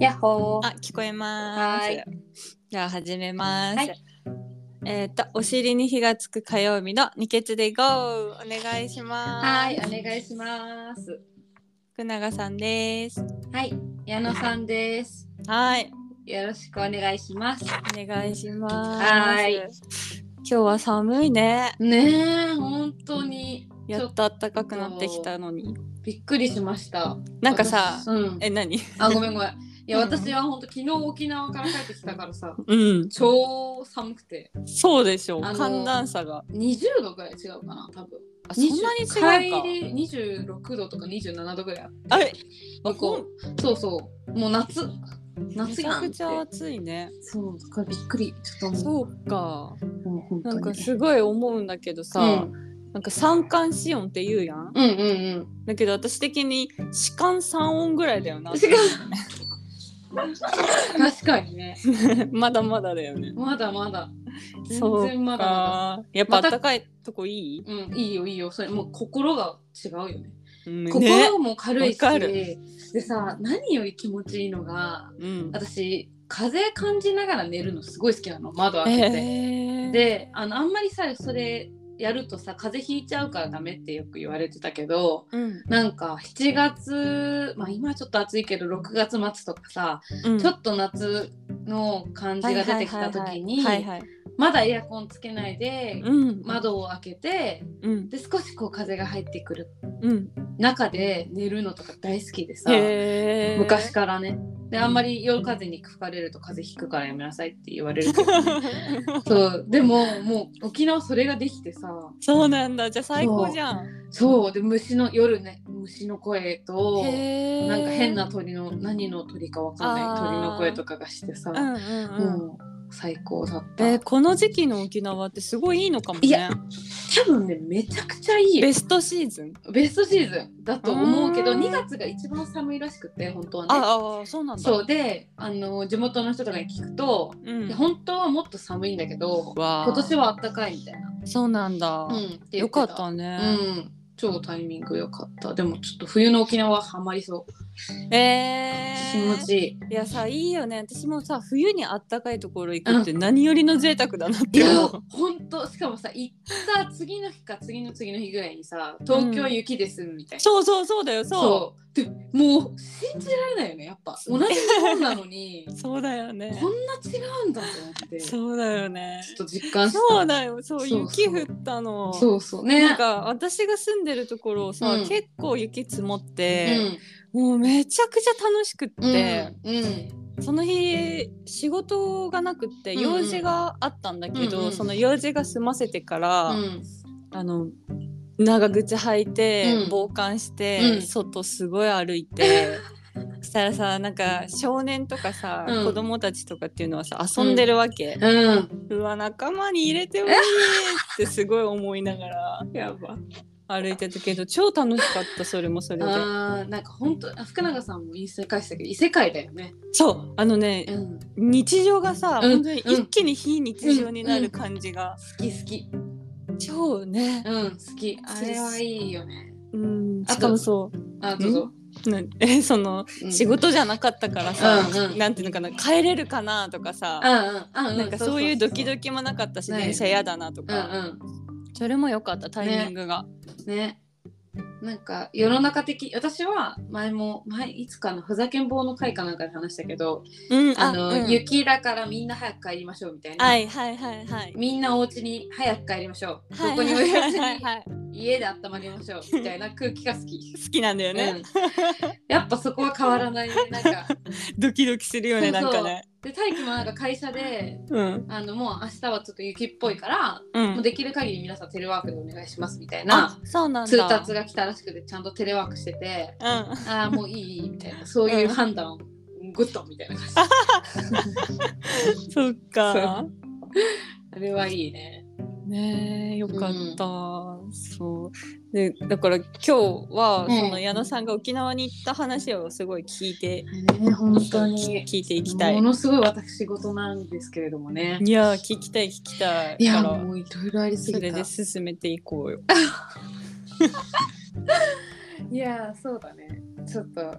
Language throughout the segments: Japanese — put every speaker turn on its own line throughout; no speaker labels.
やっほー。
あ、聞こえま
は
す
ーい。
じゃあ始めます。
はい
えっ、とお尻に火がつく火曜日の二ケツで GO! お願いします。
はい、お願いします。
福永さんです。
はい、矢野さんです。
はい。
よろしくお願いします。
お願いします。
はい
今日は寒いね。
ねえ、本当に。
やっ
ちょ
と暖かくなってきたのに。
とびっくりしました。
なんかさ
私、うん。
え、何？
あ、ごめんごめん。いや、
うん
私は本当昨日沖縄から帰ってきたからさ、
うん。
超寒くて。
そうでしょう。
あの
寒暖差が。
20度ぐらい違うかな、多分。
あそんなに違うか。
帰り26度とか27度ぐらいあって。
あれ、
向こうそうそう。もう夏。
め
夏
ち
や
ゃ
んっ
く
て
ちゃ暑いね。
そう、だからびっくり。ちょっとも
そうか。
う、もう本当
な
に。
んかすごい思うんだけどさ、
うん、
なんか三寒四温って言うやん。
うんうん
だけど私的に四寒三温ぐらいだよな
うん。。しか 確かにね。
まだまだだよね。
まだまだ。
そ
全
う
然まだま
か。やっぱあったかいとこいい？
だ。うん、いいよいいよ。それもう心が違うよね。
うんね。
心も軽いし、
わかる
でさ、何より気持ちいいのが、
うん。
私、風感じながら寝るのすごい好きなの。窓開けて。
えー、
で、あの、あんまりさ、それやるとさ、風邪ひいちゃうからダメってよく言われてたけど、
うん、
なんか7月、まあ今はちょっと暑いけど、6月末とかさ、
うん、
ちょっと夏の感じが出てきた時に
はいはいはいはい
まだエアコンつけないで
うん、
窓を開けて
うん
で少しこう風が入ってくる
うん
中で寝るのとか大好きでさ
へー
昔からねであんまり夜風に吹かれると風邪ひくからやめなさいって言われるけ どそうでももう沖縄それができてさ
そうなんだじゃあ最高じゃん
そうで虫の夜ね虫の声と
へー
なんか変な鳥の何の鳥かわかんない鳥の声とかがしてさ、
うんうんうん、
もう最高だった。
えーこの時期の沖縄ってすごいいいのかもね
いや多分ねめちゃくちゃいいよ
ベストシーズン
ベストシーズンだと思うけど
うん
2月が一番寒いらしくて本当はね
ああそうなんだ
そうであの地元の人とかに聞くと、
う
い
ん
や本当はもっと寒いんだけど
わあ
今年は暖かいみたいな、
そうなんだ、
うん、て言て
よかった
う
ね、
ん超タイミングよかったでもちょっと冬の沖縄はまりそう
え
気
ー、
持ちい
いやさいいよね私もさ冬にあったかいところ行くって何よりの贅沢だなっ
いい
て
や
思う
本当しかもさ行った次の日か次の次の日ぐらいにさ東京雪ですみたいな、
そうそうそうだよそ
そうでもう信じられないよねやっぱ同じ日本なのに
うそうだよね
こんな違うんだと思ってちょ
そうだよね
っと実感した
そうだよそう
そうそう
雪降ったの
そうそうね
なんか私が住んでるところさ、
うん
結構雪積もっ
う
て、
ん
もうめちゃくちゃ楽しくっ
うん
て、
うん
その日仕事がなくって
うんうん
用事があったんだけど、
うんうん
その用事が済ませてから、
うん
あの長靴履いて、
うん
防寒して、
うん
外すごい歩 いて。したらさなんか少年とかさ、
うん
子供たちとかっていうのはさ遊んでるわけ、
うん
うわ仲間に入れてもいいっ てすごい思いながら
やば
歩いてたけど超楽しかったそれもそれで
あーなんか本当あ福永さんも異世界したけど異世界だよね
そうあのね
うん好
日常がさ、
うん
本当に一気に非日常になる感じが、
き好き
超ね、
うん好きあれはいいよね
うん、
あと
しかもそ
あどうぞ
うなえその、
うん
仕事じゃなかったからさ、
うんうん
なんていうのかな帰れるかなとかさ、
うんうん
なんかそういうドキドキもなかったし、電車嫌だなと
う
か、
ん
それも良かったタイミングが、
うんねなんか世の中的私は前も前いつかのふざけん坊の会かなんかで話したけど
うん
あの、
うん
雪だからみんな早く帰りましょうみたいな、
はいはいはいはい
みんなお家に早く帰りましょう、
は
ど
い
こにも行かず
はいはい
に
はい
家で温まりま しょうみたいな空気が好き、
好きなんだよ
うん
ね、、
やっぱそこは変わらないねなんか
ドキドキするよ
そ
ね
う
な
そ
ん
う
かね
で体育もなんか会社で
うん
あのもう明日はちょっと雪っぽいから、
う
もうんできる限り皆さんテレワークでお願いしますみたいな
あそうなんだ
通達が来たらしくてちゃんとテレワークしてて
うん
ああもういいいいみたいなそういう判断をグッとみたいな 感じ
そっか。
あれはいいね。
ねえよかった、そうでだから今日は、
うん
その矢野さんが沖縄に行った話をすごい聞いて、
ね本当に
聞いていきたい
も。のすごい私事なんですけれどもね。
いやー聞きたい聞きたい
いや
だから
もういろいろありす
そ
ぎ
れで
た。
進めていこうよ。
いやそうだね。ちょっと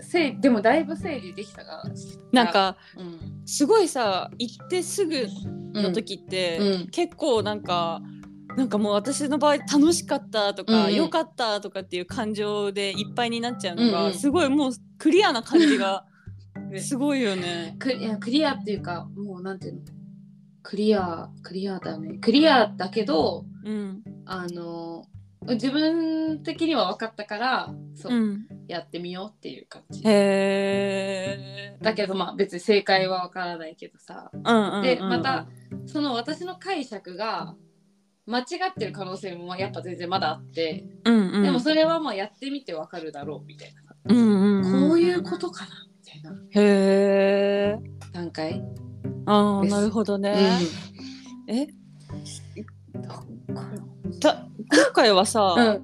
せいでもだいぶ整理できたが
なん、か
うん、
すごいさ行ってすぐの時って、
うん
結構なんかなんかもう私の場合楽しかったと
うんう
か
ん
良、かったとかっていう感情でいっぱいになっちゃうのが、
うんうん
すごいもうクリアな感じが
ね
すごいよね。
クリいやクリアっていうかもうなんていうのクリアクリアだねクリアだけど
うん、
あの自分的には分かったからそう、
うん、
やってみようっていう感じ
へえ。
だけどまあ別に正解は分からないけどさ
うんうんうん
でまたその私の解釈が間違ってる可能性もやっぱ全然まだあって
うんうん、
でもそれはまあやってみて分かるだろうみたいな
うんうんうんうん
こういうことかなみたいな
へえ。
段階
ああ
です
なるほどね。えた今回はさ、
うん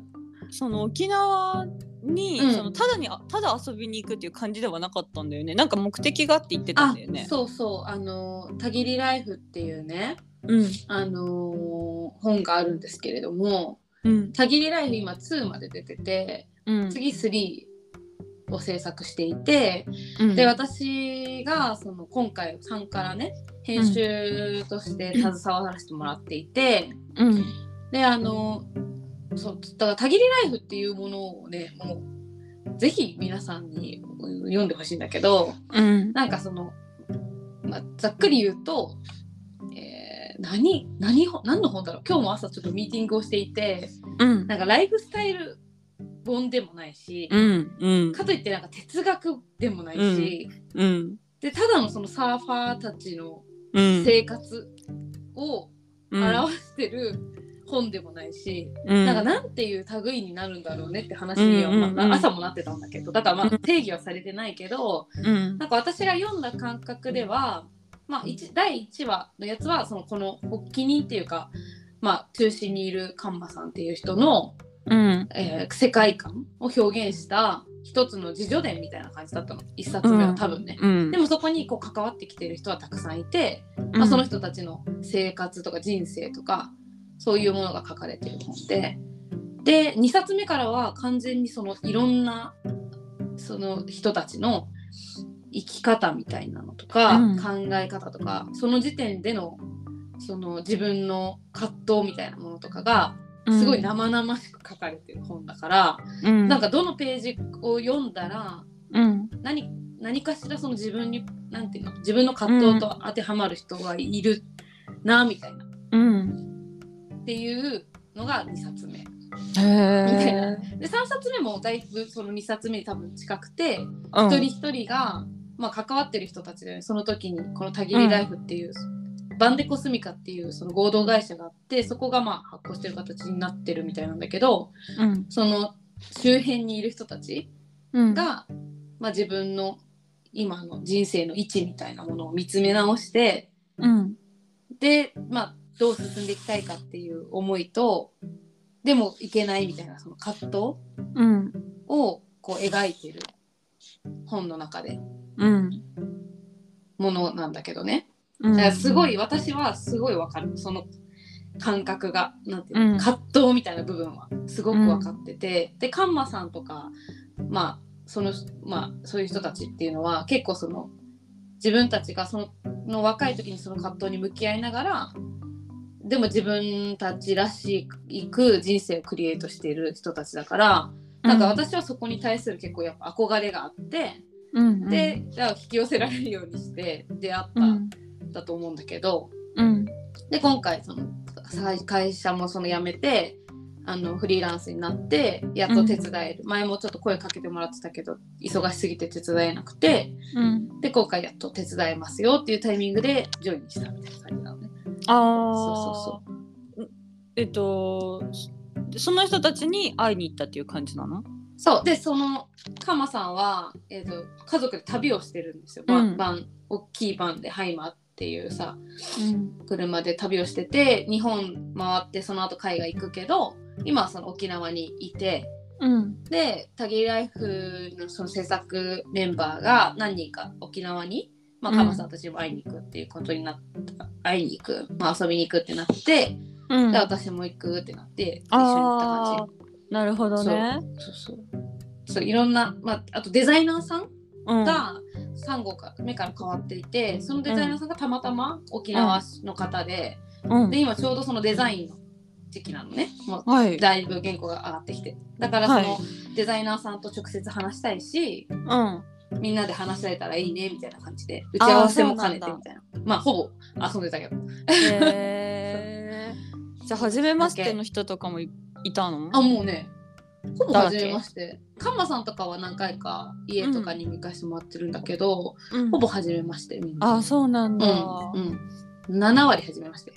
その沖縄に、
うん
そのただにあただ遊びに行くっていう感じではなかったんだよねなんか目的があって言ってたん
あ
だよね。
そうそうあの「たぎりライフ」っていうね
うん
あのー本があるんですけれども
うん
「たぎりライフ」今2まで出てて
うん
次3を制作していて
うん
で私がその今回さんからね編集として携わらせてもらっていて、
うん
であのそうだから「たぎりライフ」っていうものをねもうぜひ皆さんに読んでほしいんだけど
うん
なんかその、まあ、ざっくり言うと、えー何何本何の本だろう今日も朝ちょっとミーティングをしていて
うん
なんかライフスタイル本でもないし、
うんうん
かといってなんか哲学でもないし、
うん
でただのそのサーファーたちの
うん
生活を
うん
表してる本でもないし、
うん
なんかなんていう類になるんだろうねって話には、
うんうんうん
まあ朝もなってたんだけどだからま
う
あ
ん
定義はされてないけど
うん
なんか私が読んだ感覚では、まあ、一第1話のやつはそのこの発起人っていうか、まあ、中心にいるカンマさんっていう人の、
うん
えー世界観を表現した一つの自叙伝みたいな感じだったの一冊目は多分ね。
うん
でもそこにこう関わってきてる人はたくさんいて、まあ、その人たちの生活とか人生とかそういうものが書かれてる本でで2冊目からは完全にそのいろんなその人たちの生き方みたいなのとか、
うん
考え方とかその時点でのその自分の葛藤みたいなものとかがすごい生々しく書かれてる本だから、
うん
なんかどのページを読んだら
うん
何何かしらその自分になんていうの自分の葛藤と当てはまる人がいるなみたいな、
うん
っていうのが2冊目
へえ
で3冊目もだいぶその2冊目に多分近くて、
うん
一人一人が、まあ、関わってる人たちで、ね、その時にこの「たぎりライフ」っていう、バンデコスミカっていうその合同会社があってそこがまあ発行してる形になってるみたいなんだけど
うん
その周辺にいる人たち
うん
が、まあ、自分の今の人生の位置みたいなものを見つめ直して
うん
で、まあ、どう進んでいきたいかっていう思いとでもいけないみたいなその葛藤
うん
をこう描いてる本の中で
うん
ものなんだけどね、
うん
だからすごい私はすごいわかるその感覚がなんていうの、
うん
葛藤みたいな部分はすごく分かってて、でカンマさんとかまあそのまあそういう人たちっていうのは結構その自分たちがそのの若い時にその葛藤に向き合いながらでも自分たちらしく人生をクリエイトしている人たちだからなんか私はそこに対する結構やっぱ憧れがあって、
うん
でだから引き寄せられるようにして出会った
うん
んだと思うんだけど、
うん
で今回そのさ会社もその辞めてあのフリーランスになってやっと手伝える、前もちょっと声かけてもらってたけど忙しすぎて手伝えなくて
うん
で今回やっと手伝えますよっていうタイミングでジョインしたみたいな感じなのね。
ああ
そう
そうそうえっとその人たちに会いに行ったっていう感じなの
そうでそのカマさんは、えー、と家族で旅をしてるんですよ、
うん
バン大きいバンでハイマーっていうさ
うん
車で旅をしてて日本回ってその後海外行くけど今はその沖縄にいて
うん
で「タギーライフ」のその制作メンバーが何人か沖縄に、まあ、
うん
カマさんたちも会いに行くっていうことになった、会いに行く、まあ、遊びに行くってなって、
うん
で私も行くってなって一緒に行った感
ああなるほどね
じそうそうそういろんな、まあ、あとデザイナーさん
うん
が3号か目から変わっていてそのデザイナーさんがたまたま沖縄の方で,、
うん
で今ちょうどそのデザインの時期なのねもう
はい
だいぶ原稿が上がってきてだからそ
は
のデザイナーさんと直接話したいし、
うん
みんなで話し合えたらいいねみたいな感じで打ち合わせも兼ねてみたいなまあほぼ遊んでたけど
へ ーじゃあ初めましての人とかもいいたの
あもうねほぼ
だら
初
け
めましてカンマさんとかは何回か家とかに見返してもらってるんだけど、
うん
ほぼ初めましてみんな
あそうなんだ、
うん、うん、7割初めまして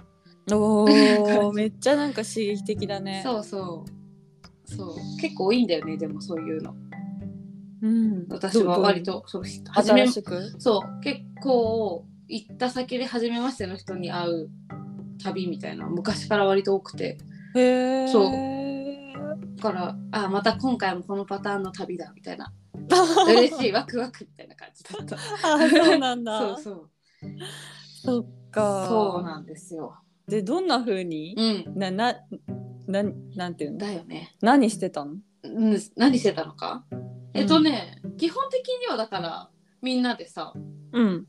お
感
ーめっちゃなんか刺激的だね
そうそうそう結構多いんだよねでもそういうの
う、ん、
私は割とそう初め
新しく
そう結構行った先で初めましての人に会う旅みたいな昔から割と多くて
へえ
そうだからあまた今回もこのパターンの旅だみたい な嬉しいワクワクみたいな感じだった
あ そうなんだ
そうそう
そっか
そうなんですよ
でどんな風に
うん
ななななんていうの
だよね、
何してたの
うん、何してたのか、えっとね基本的にはだからみんなでさ
うん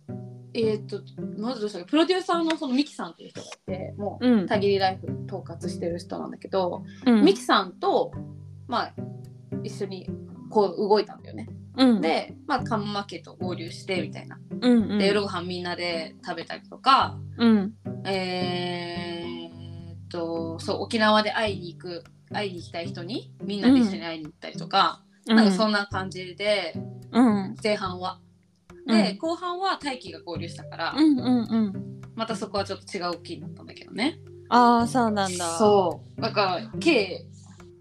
えっとまずどうしたっけプロデューサーのそのミキさんっていう人がいても
う
うんたぎりライフ統括してる人なんだけど、
うん
ミキさんとまあ一緒にこう動いたんだよね。
うん
で、まあ、カンマ家と合流してみたいな。
うんうん
で夜ご飯みんなで食べたりとか、
うん
えーっとそう沖縄で会いに行く会いに行きたい人にみんなで一緒に会いに行ったりとか、なんかそんな感じで
うん
前半は。
うん
で、後半は大輝が合流したから、
うんうんうん
またそこはちょっと違う気になったんだけどね。
ああそうなんだ
そうだから計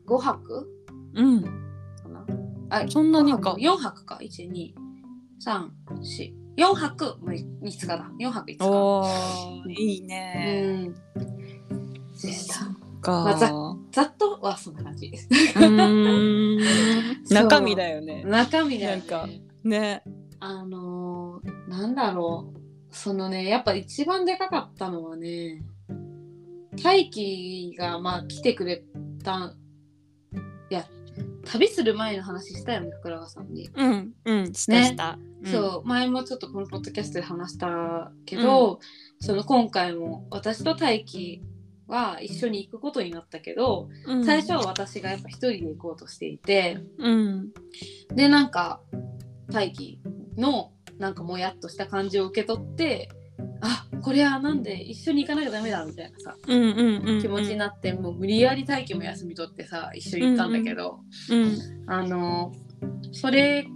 5泊
ううん
かなあ
そんなにか
4泊か12344泊6日だ4泊5日
おーいいうね
んでした
か
まあざっとはそんな感じです
うーん
そう
中身だよね
中身だよ、ね、
なんかね
あのー、なんだろうそのねやっぱ一番でかかったのはね大輝がまあ来てくれたいや旅する前の話したよね福永さんに
うんうんしたした
そう前もちょっとこのポッドキャストで話したけど、その今回も私と大輝は一緒に行くことになったけど、
うん
最初は私がやっぱ一人で行こうとしていて
うん
でなんか大輝のなんかもやっとした感じを受け取ってあこれはなんで一緒に行かなきゃダメだみたいなさ
うんうんうんうん
気持ちになって、もう無理やり大輝も休み取ってさ一緒に行ったんだけど、
うん
あのそれ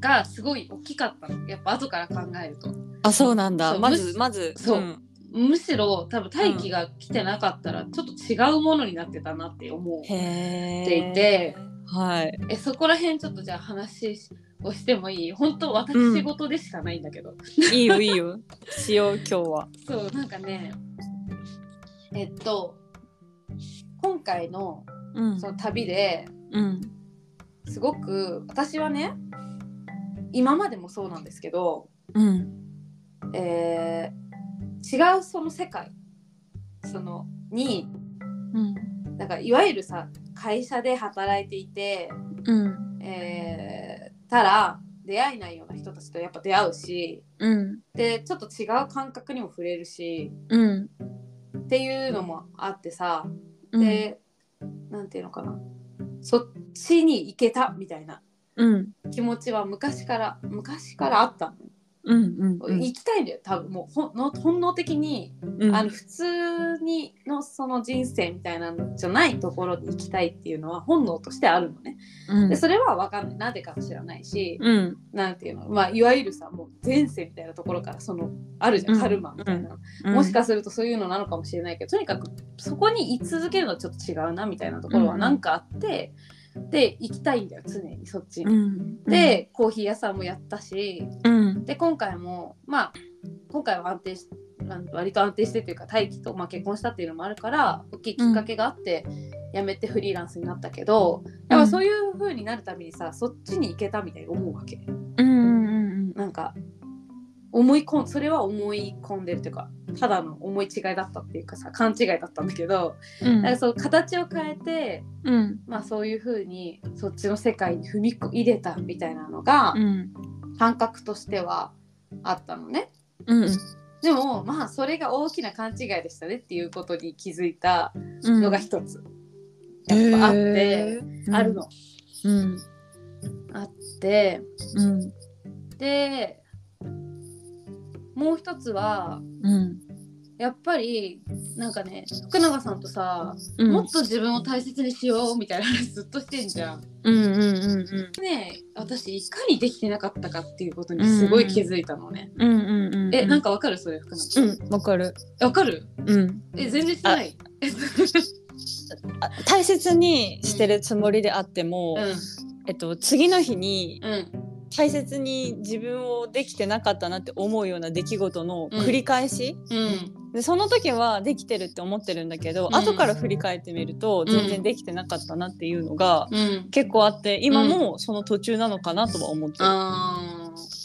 がすごい大きかったのやっぱ後から考えると
あそうなんだ
そう
ま
む
ず
し
まず
そうんむしろ多分大輝が来てなかったらちょっと違うものになってたなって思
へえ
っていて
はい
えそこら辺ちょっとじゃあ話をしてもいい本当私
うん
仕事でしかないんだけど、
いいよいいよしよう今日は
そうなんかねえっと今回の
うん
その旅で
うん
すごく私はね今までもそうなんですけど
うん
えー違うその世界そのに
うん
なんかいわゆるさ会社で働いていて、
うん
えーたら出会えないような人たちとやっぱ出会うし
うん
でちょっと違う感覚にも触れるし
うん
っていうのもあってさ
うん
でなんていうのかなそっちに行けたみたいな
うん
気持ちは昔から昔からあったの、
うんうんうん
行きたいんだよ多分もうほんの本能的に
うん
あの普通にのその人生みたいなのじゃないところに行きたいっていうのは本能としてあるのね。
うん
でそれは分かんないなぜか知らないし
うん
なんていうの、まあ、いわゆるさもう前世みたいなところからそのあるじゃ
うんん
カルマみたいな、
うん
もしかするとそういうのなのかもしれないけどとにかくそこに居続けるのはちょっと違うなみたいなところはなんかあって、で行きたいんだよ常にそっちに。
うん
でコーヒー屋さんもやったし
うん
で今回もまあ今回は安定しあの割と安定してというか大輝と、まあ、結婚したっていうのもあるから大きいきっかけがあって辞めてフリーランスになったけど、やっぱそういう風になるためにさそっちに行けたみたいに思うわけ
うんうん
なんか思い込んそれは思い込んでるというかただの思い違いだったっていうかさ勘違いだったんだけど、
うん
なんかそう形を変えて、
うん
まあ、そういう風にそっちの世界に踏み入れたみたいなのが、
うん
感覚としてはあったのね。
うん
でもまあそれが大きな勘違いでしたねっていうことに気づいた
うん
のが一つ、やっぱあって、あるの。
うん
あって
うん
でもう一つは
うん
やっぱりなんかね福永さんとさ、
うん
もっと自分を大切にしようみたいな話ずっとしてんじゃん。
うんうんうん
ね私いかにできてなかったかっていうことにすごい気づいたのね。
うんうんうんうん
えなんかわかるそれ福永さん。
うんわかる
わかる
うん
え全然してない。
あ大切にしてるつもりであっても、
う
えっと、次の日に
んうん
大切に自分をできてなかったなって思うような出来事の繰り返し、
うん
でその時はできてるって思ってるんだけど、
うん
後から振り返ってみると
うん
全然できてなかったなっていうのが
うん。
結構あって今もその途中なのかなとは思ってる。
あ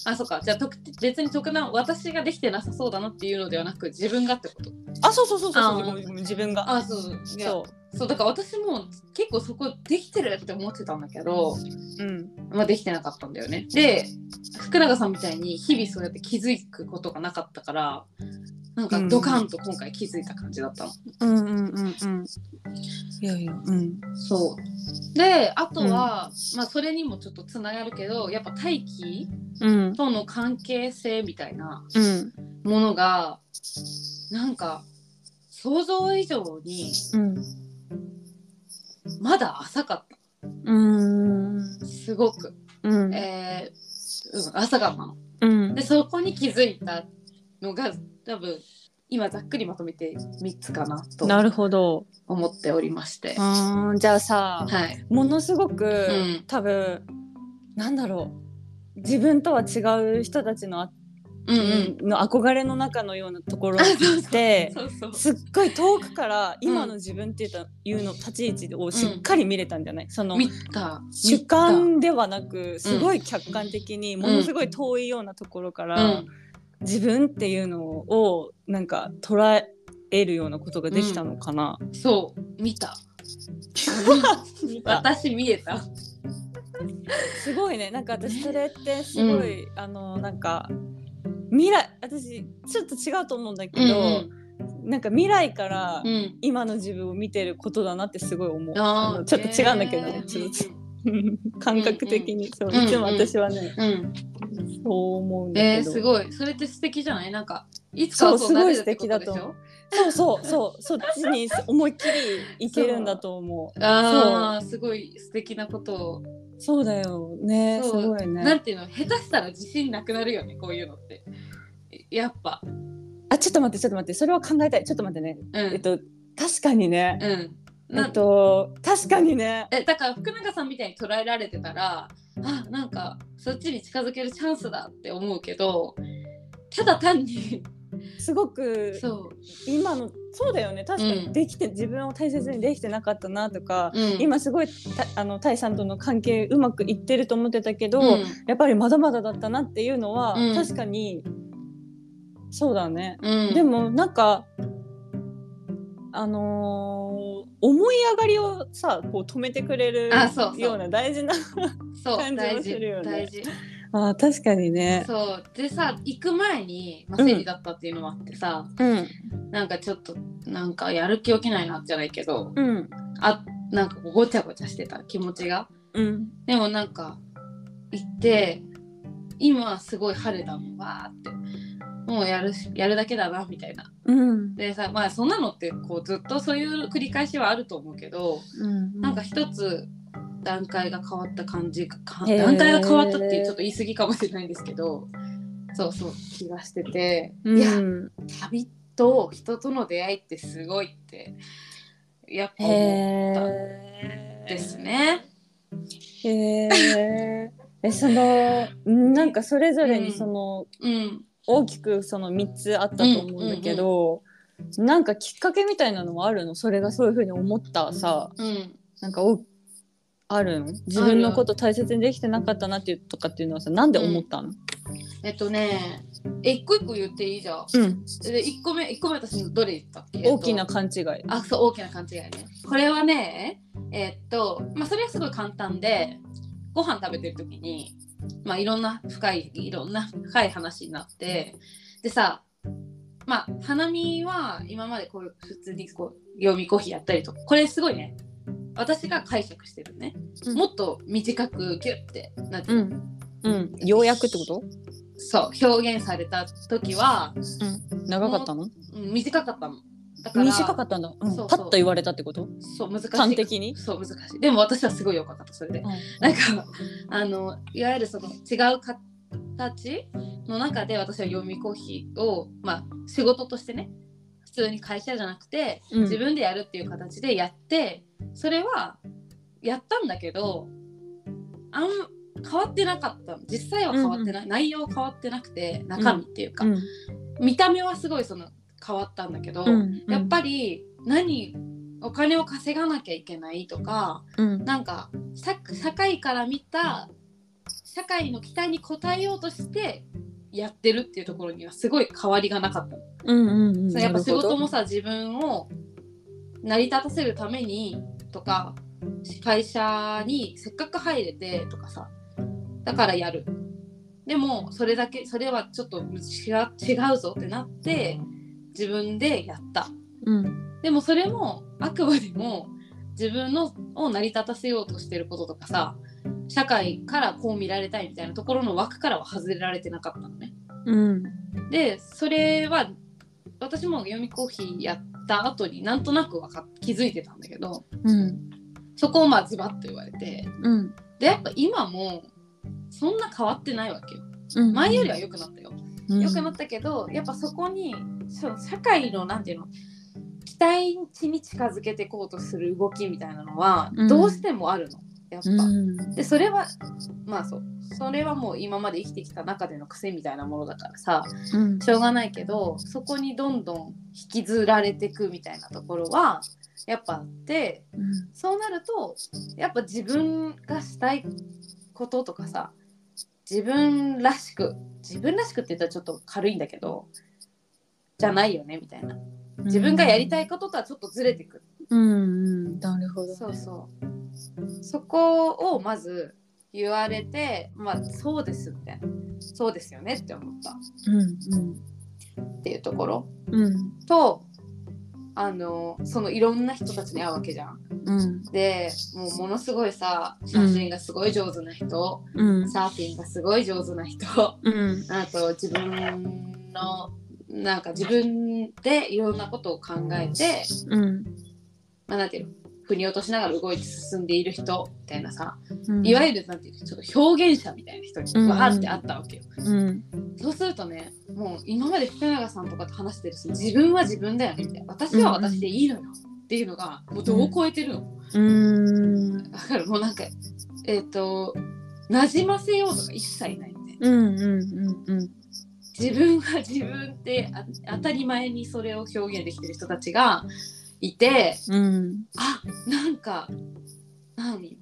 ーあそっかじゃあ特別に特段私ができてなさそうだなっていうのではなく自分がってこと
あそうそうそうそう
あー
ごめんごめん自分が
あそうそういや
そ
そうだから私も結構そこできてるって思ってたんだけど、
う、うん、
まあ、できてなかったんだよねで福永さんみたいに日々そうやって気づくことがなかったからなんかドカンと今回気づいた感じだったの、
うんうんうんうんいやいやうん
そうであとは、まあ、それにもちょっとつながるけどやっぱ大気
うん
との関係性みたいな
うん
ものがなんか想像以上に
うん
まだ浅かっ
うん
たすごく、
うん
えーうん、浅かったの。
うん
でそこに気づいたのが多分今ざっくりまとめて3つかなと
なるほど
思っておりまして。は
あーじゃあさ
い、
ものすごく、
ん
多分なんだろう自分とは違う人たちの,、あ
うんうん
の憧れの中のようなところ
あそうそう
で
そうそう
すっごい遠くから
うん
今の自分っていうたいうの立ち位置をしっかり見れたんじゃない、その
見た
主観ではなくすごい客観的にものすごい遠いようなところか
見
ら、
たうん
自分っていうのをなんか捉えるようなことができたの かな。
そう見た
見た
私見えた
すごいねなんか私それってすごい、あのなんか未来私ちょっと違うと思うんだけど、なんか未来から
うんうん
今の自分を見てることだなってすごい思う、あ
あー
のちょっと違うんだけどね、
えー
ちょっと感覚的に、
ん
そういつも
うんうん
私はね、
うんうん
そう思うんだ
え
け
ー、
ど、
すごいそれって素敵じゃないなんかいつかは
そう
そうなれる
す
っ
ごい
て
素
こと
敵だと
でしょ
そうそうそうそっちに思いっきりいけるんだと思う
ああすごい素敵なことを、
そうだよねす
そう
ごい
な
ね
んていうの下手したら自信なくなるよねこういうのってやっぱ
あちょっと待ってちょっと待ってそれは考えたいちょっと待ってね、
うん、
えっと確かにね、
うん
え
な
っと確かにね。
えだから福永さんみたいに捉えられてたらあなんかそっちに近づけるチャンスだって思うけどただ単 に
すごく
そ
今のそうだよね確か
う
に
ん
できて、自分を大切にできてなかったなとか、
う、うん、
今すごいたあのタイさんとの関係うまくいってると思ってたけど、
うん
やっぱりまだまだだったなっていうのは、
うん
確かにそうだね。
うん、
でもなんかあのー思い上がりをさこう止めてくれる
あそうそう
ような大事な
そう
感じは
大
す
事
るよね
大 事
あー確かにね。
そうでさ行く前に、まあ、生理だったっていうのもあってさ、
うん
なんかちょっとなんかやる気起きないなじゃないけど
うん
あなんかごちゃごちゃしてた気持ちが
うん
でもなんか行って今すごい晴れたもんわーってもうやるしやるだけだなみたいな
うん
でさまあそんなのってこうずっとそういう繰り返しはあると思うけど
うん
なんか一つ段階が変わった感じがか
へー
段階が変わったっていうちょっと言い過ぎかもしれないんですけどそうそう気がしてて、いや
うん
旅と人との出会いってすごいってやっぱ思
へ
うんですね。
ー へーえそのんなんかそれぞれにその、
うん、
大きくその3つあったと思うんだけど、なんかきっかけみたいなのはあるのそれがそういうふうに思ったさ
うん、
なんかおあるの自分のこと大切にできてなかったなっていうとかっていうのはさなんで思ったの
えっとねえ一個一個言っていいじゃん。
うん、
で一個目一個目私どれ言ったっけ？えっと
大きな勘違い。
あそう大きな勘違いね。これはねえっとまあそれはすごい簡単でご飯食べてる時にまあ、いろんな深いいろんな深い話になってでさまあ花見は今までこう普通にこう曜日コーヒーやったりとかこれすごいね私が解釈してるね、
うん
もっと短くギュッてなんていううの
ん。うん。ようやくってこと
そう表現された時は
長かったの
うん短かったもんだから
短かったんだ。うん
そうそう
パッと言われたってこと
そう難しい
端的に
そう難しいでも私はすごい良かったそれで、
うん
なんかあのいわゆるその違う形の中で私は読みコーヒーを、まあ、仕事としてね普通に会社じゃなくて
うん
自分でやるっていう形でやって、それはやったんだけどあん変わってなかった実際は変わってない、内容は変わってなくて中身っていうか、
うん
見た目はすごいその変わったんだけど、
うん
やっぱり何お金を稼がなきゃいけないとか
うん
なんか社社会から見た社会の期待に応えようとしてやってるっていうところにはすごい変わりがなかったの、
うんうんうん
そのやっぱ仕
なる
事
ほど
もさ自分を成り立たせるためにとか会社にせっかく入れてとかさだからやるでもそれだけそれはちょっと違う違うぞってなって自分でやった
うん
でもそれもあくまでも自分のを成り立たせようとしてることとかさ社会からこう見られたいみたいなところの枠からは外れられてなかったのね。
うん
でそれは私も読みコーヒーやった後になんとなくわかっ気づいてたんだけど
うん
そこをまあズバッと言われて
うん
でやっぱ今もそんな変わってないわけよ。
うん
前よりは良くなったよ。
うん
良くなったけどやっぱそこにそう社会のなんていうの期待値に近づけていこうとする動きみたいなのは
うん
どうしてもあるの、やっぱ。
うん
でそれはまあそうそれはもう今まで生きてきた中での癖みたいなものだからさ
うん
しょうがないけどそこにどんどん引きずられていくみたいなところはやっぱあって
うん
そうなるとやっぱ自分がしたいこととかさ自分らしく自分らしくって言ったらちょっと軽いんだけどじゃないよねみたいな自分がやりたいこととはちょっとずれてくる、
うんうんなるほど
そうそうそこをまず言われてまあそうですみたいなそうですよねって思った
うん
っていうところ
うんうん
とあのそのいろんな人たちに会うわけじゃん。
うん
でもうものすごいさ写真がすごい上手な人、
うん
サーフィンがすごい上手な人
うん
あと自分のなんか自分でいろんなことを考えて、
うん
まあ、なんていうの腑に落としながら動いて進んでいる人みたいなさ、
うん
いわゆるなんていうのちょっと表現者みたいな人
うん
にわーってあったわけよ、
うん
そうするとねもう今まで福永さんとかと話してるし自分は自分だよねみたいな私は私でいいのよっていうのがもうどう超えてるの、
うん
だからもうなんかえっ、と馴染ませようとか一切ないみたいな。
うんうんうん
自分は自分ってあ当たり前にそれを表現できてる人たちがいて
うん
あなんか何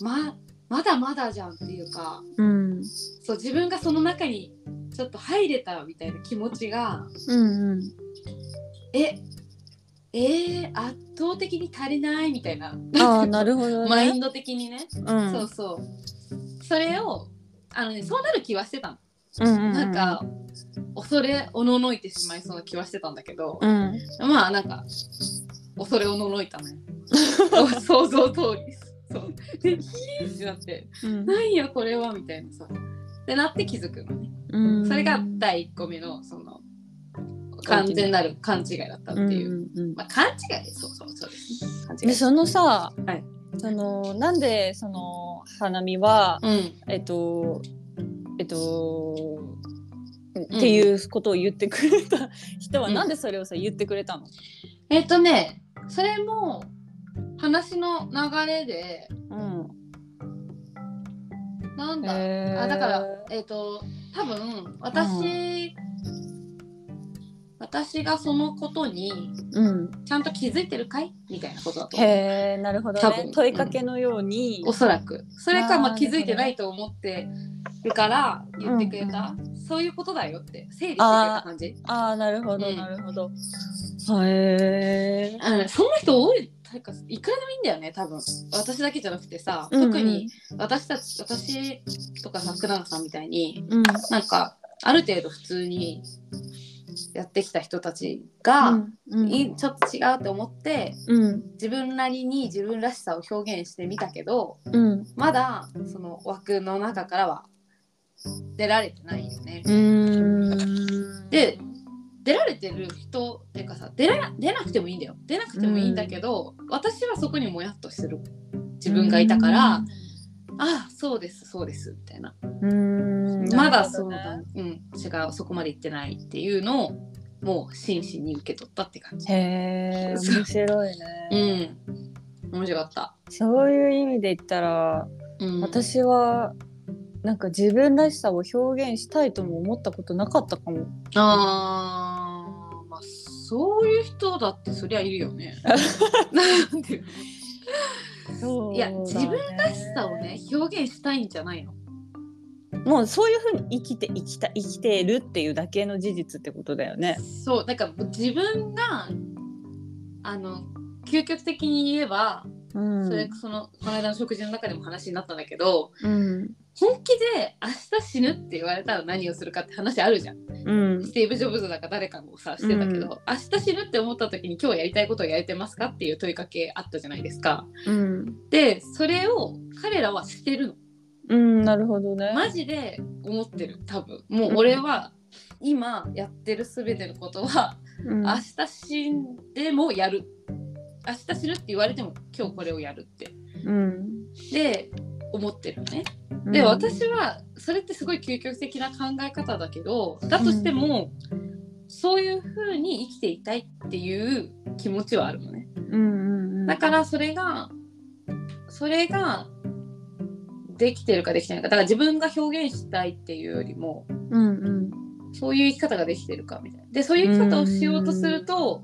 ままだまだじゃんっていうか
うん
そう自分がその中にちょっと入れたみたいな気持ちが
うんうん
ええー、圧倒的に足りないみたいな
ああなるほどね
マインド的にね、
うん
そうそうそれをあのねそうなる気はしてたの、
うん
なんか恐れおののいてしまいそうな気はしてたんだけど、
うん
まあなんか恐れを呪いたね 想像通りですそうでヒーってなって
うん
何よこれはみたいなさってなって気づくのね
うん
それが第一個目のその完全なる勘違いだったっていう、
んうんうん
まあ勘違いですそうそうそうですね勘違い
でそのさ、
はい
そのなんでその花見は、
うん
えっとえっと、っていうことを言ってくれた人は、
うん
なんでそれをさ言ってくれたの、
えっ、とねそれも話の流れで
うん
なんだ、
え
あだからえっ、と多分私、私がそのことに
うん、
ちゃんと気づいてるかいみたいなことだと思う
へえなるほど
多
ね
分
問いかけのように
お、そらくそれ
あ
か
ー
まあ気
なるほど
づいてないと思ってるから言ってくれた、そういうことだよって整理してくれた感じ
ああなるほど
うん
なるほど、へえ
あのねそんな人多いなんかいくらでもいいんだよね多分私だけじゃなくてさ、
うんうん
特に私たち私とかさ福永さんみたいに
うん
なんかある程度普通にやってきた人たちが、
うん
いちょっと違うって思って
うん
自分なりに自分らしさを表現してみたけど
うん
まだその枠の中からは出られてないよね。
うん
で出られてる人っていうかさ出ら出なくてもいいんだよ出なくてもいいんだけど、私はそこにもやっとする自分がいたから、ああそうですそうですみたいな
うん
まだそう
なるほど
だ、
ね
うん、違うそこまで行ってないっていうのをもう真摯に受け取ったって感じ。
へえ面白いね
うん面白かった。
そういう意味で言ったら
うん、
私はなんか自分らしさを表現したいとも思ったことなかったかも。
あーまあそういう人だってそりゃいるよね。 なんていうのいや自分
ら
らしさをね表現したいんじゃないの
もうそういうふうに生きて生きた生きてるっていうだけの事実ってことだよね。
そうなんか自分があの究極的に言えば、
うん
それそのこの間の食事の中でも話になったんだけど
うん
本気で明日死ぬって言われたら何をするかって話あるじゃん
うん
スティーブ・ジョブズだか誰かもさしてたけど、
うん
明日死ぬって思った時に今日やりたいことをやれてますかっていう問いかけあったじゃないですか
うん
でそれを彼らはしてるの
うんなるほどね。
マジで思ってる多分もう俺は今やってる全てのことは
うん
明日死んでもやる明日死ぬって言われても今日これをやるって
うん
で思ってるのね
うん
で、私はそれってすごい究極的な考え方だけどだとしても、そういう風に生きていたいっていう気持ちはあるのね
うんうんうん、
だからそれがそれができてるかできてないかだから自分が表現したいっていうよりも
うんうん
そういう生き方ができてるかみたいなでそういう生き方をしようとすると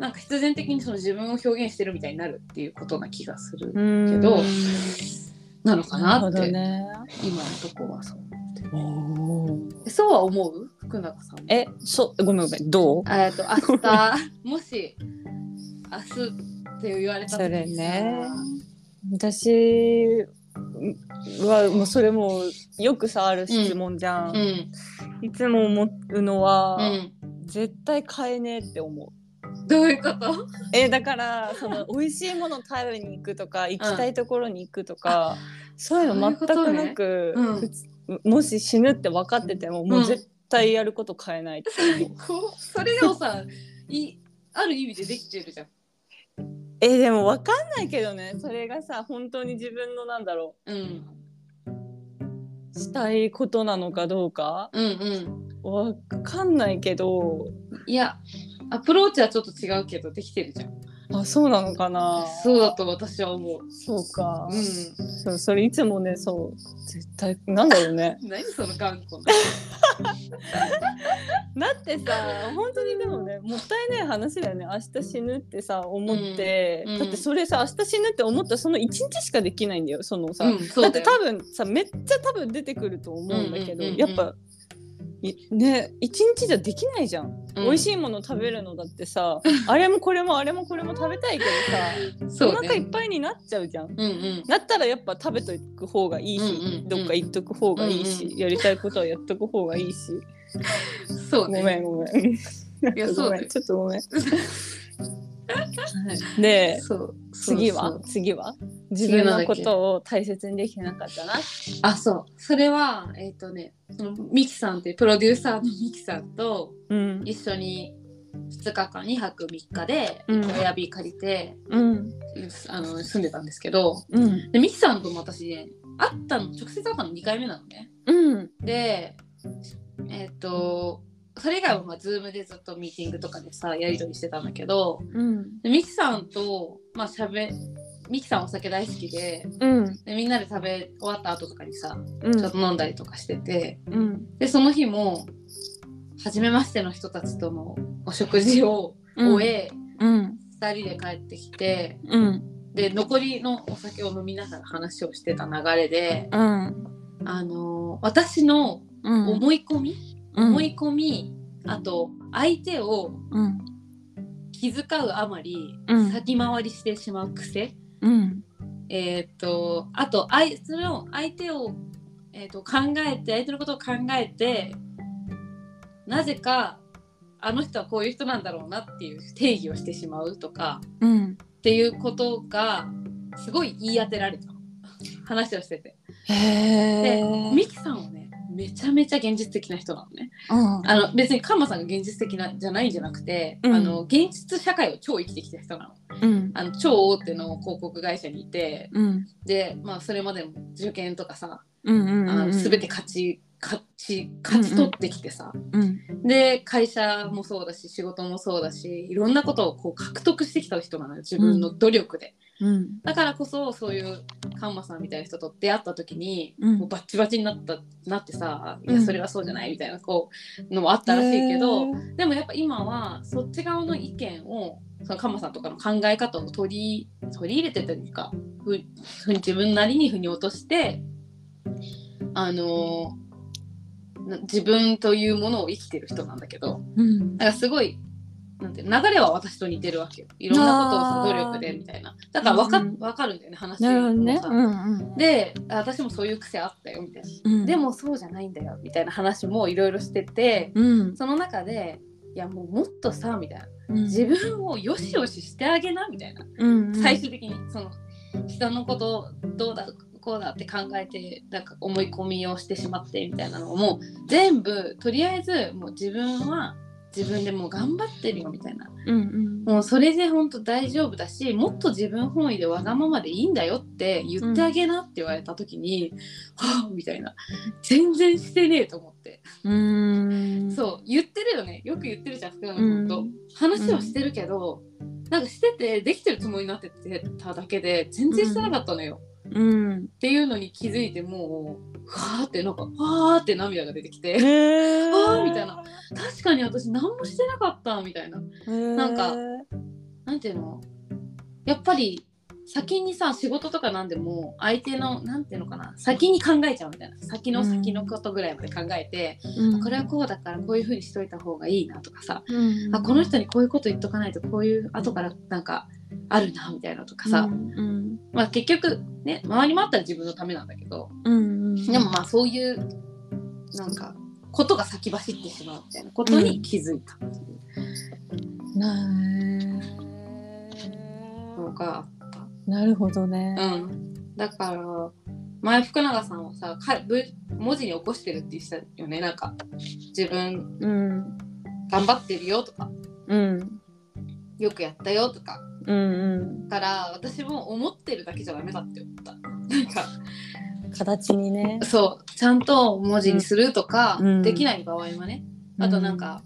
なんか必然的にその自分を表現してるみたいになるっていうことな気がする
うん
けど、なのか
な
な
るほ
っ
ど
て、
ね。
今のとこはそう思ってるえそうは思う福永さんも
えそうごめんごめんどう？
えっと明 日もし明日って言われた
そ
時
れ
に
ね私はもうそれもよくさある質問じゃん、
うん
いつも思うのは、
う
絶対買えねえって思うん
どういうこと
えだからそ の美味しいものを食べに行くとか行きたいところに行くとか、そういうの全くなく
そういうことねうん
普通もし死ぬって分かってても、もううん絶対やること変えないって思う
こう それでもさいある意味でできてるじゃん
えでも分かんないけどねそれがさ本当に自分のなんだろ
うん
うしたいことなのかどうか
うんうん
わかんないけど
いやアプローチはちょっと違うけどできてるじゃん
あそうなのかな
そうだと私は思う
そうか、
うん
そうそれいつもねそう絶対なんだろうね
何その頑固な
だってさ本当にでもねもったいない話だよね明日死ぬってさ思って、
うんうん
だってそれさ明日死ぬって思ったその1日しかできないんだよそのさ、
うん
だ
そ
っ
う
て
だ
多
よ
分さめっちゃ多分出てくると思うんだけど、
うんうんうんうん
やっぱいね一日じゃできないじゃん、
うん
美味しいもの食べるのだってさあれもこれもあれもこれも食べたいけどさ、
そ
お
う
腹いっ
ね
ぱいになっちゃうじゃん
うんうん
だったらやっぱ食べとく方がいいし、
うんうんうん
どっか行っとく方がいいし、
うんう
やりたいことはやっとく方がいいし、
そう
ご
ね
めんごめんい
やそうだよ
ちょっとごめんで
そうそう
次
そ
は
う
次は自
次
分
なんだ
の
っけ
ことを大切にできてなかったな
あそうそれはえっ、とねそのミキさんっていうプロデューサーのミキさんと
うん
一緒に2日間2泊3日で
うん
親指借りて、
うん
あの住んでたんですけど
うん
でミキさんとも私ね会ったの直接会ったの2回目なのね
うん
でえっ、とそれ以外はまあ Zoom でずっとミーティングとかでさやり取りしてたんだけど
うん
でミキさんとまあしゃべミキさんお酒大好きで
うん
でみんなで食べ終わった後とかにさ
う
ちょっ
ん
と飲んだりとかしてて
うん
でその日も初めましての人たちとのお食事を終え、
うん
2人で帰ってきて
うん
で残りのお酒を飲みながら話をしてた流れで、
うん
あの私の
うん
思い込み、
うん
思い込みあと相手を
うん
傷気遣うあまり
うん
先回りしてしまう癖、
うん
えーっとあとあいそれを相手を、えーっと考えて相手のことを考えてなぜかあの人はこういう人なんだろうなっていう定義をしてしまうとか
うん
っていうことがすごい言い当てられたの話をしてて。
へ
で
え
ミキさんはねめちゃめちゃ現実的な人なのね。
うん
あの別にカンマさんが現実的なじゃないんじゃなくて、
うん
あの現実社会を超生きてきた人なの
うん
あの超大手の広告会社にいて
うん
で、まあ、それまでも受験とかさ、
うん
あ
うん
の
うん
全て勝ち勝ち勝ち取ってきてさ、
うん
で会社もそうだし仕事もそうだしいろんなことをこう獲得してきた人なのよ自分の努力で、
うん
だからこそそういうカンマさんみたいな人と出会った時に、
うん
もうバッチバチになったなってさ、いうや
ん
それはそうじゃないみたいなこうのもあったらしいけど。
へ
でもやっぱ今はそっち側の意見をそのカマさんとかの考え方を取り取り入れてというかふふ自分なりに腑に落としてあのな自分というものを生きてる人なんだけど
ーうん
だからすごいなんて流れは私と似てるわけよいろんなことをさ
あー
努力でみたいなだからわか,、
うんうん
わかるんだよね話
なるほど
も
ね
さ
うんうん
であ私もそういう癖あったよみたいな、
うん
でもそうじゃないんだよみたいな話もいろいろしてて。
うん
その中でいやもうもっとさみたいな
うん
自分をよしよししてあげなみたいな、
うんうん
最終的にその人のことどうだこうだって考えてなんか思い込みをしてしまってみたいなのも全部とりあえずもう自分は自分でもう頑張ってるよみたいな
うんうん
もうそれで本当大丈夫だしもっと自分本位でわがままでいいんだよって言ってあげなって言われた時に、はあみたいな全然してねえと思って。
うーん
そう言ってるよねよく言ってるじゃん福永
う
君
ん
と、話はしてるけど、なんかしててできてるつもりになってただけで全然してなかったのよ、
うん
っていうのに気づいてもうふわーってなんかわーって涙が出てきて
へ
あーみたいな確かに私何もしてなかったみたいななんかなんていうのやっぱり先にさ仕事とかなんでも相手のなんていうのかな先に考えちゃうみたいな先の先のことぐらいまで考えて、これはこうだからこういうふうにしといた方がいいなとかさあこの人にこういうこと言っとかないとこういう後からなんかあるなみたいなとかさ、
うん
まあ結局ね周りもあったら自分のためなんだけど
うん
でもまあそういうなんかことが先走ってしまうみたいなことに気づいたっていうのが、
なるほどね
うんだから前福永さんはさかぶ文字に起こしてるって言ってたよねなんか自分
うん
頑張ってるよとか
うん
よくやったよとか
うん
から私も思ってるだけじゃダメだって思った。なんか
うん形にね
そうちゃんと文字にするとか、
うん
できない場合はね、あとなんか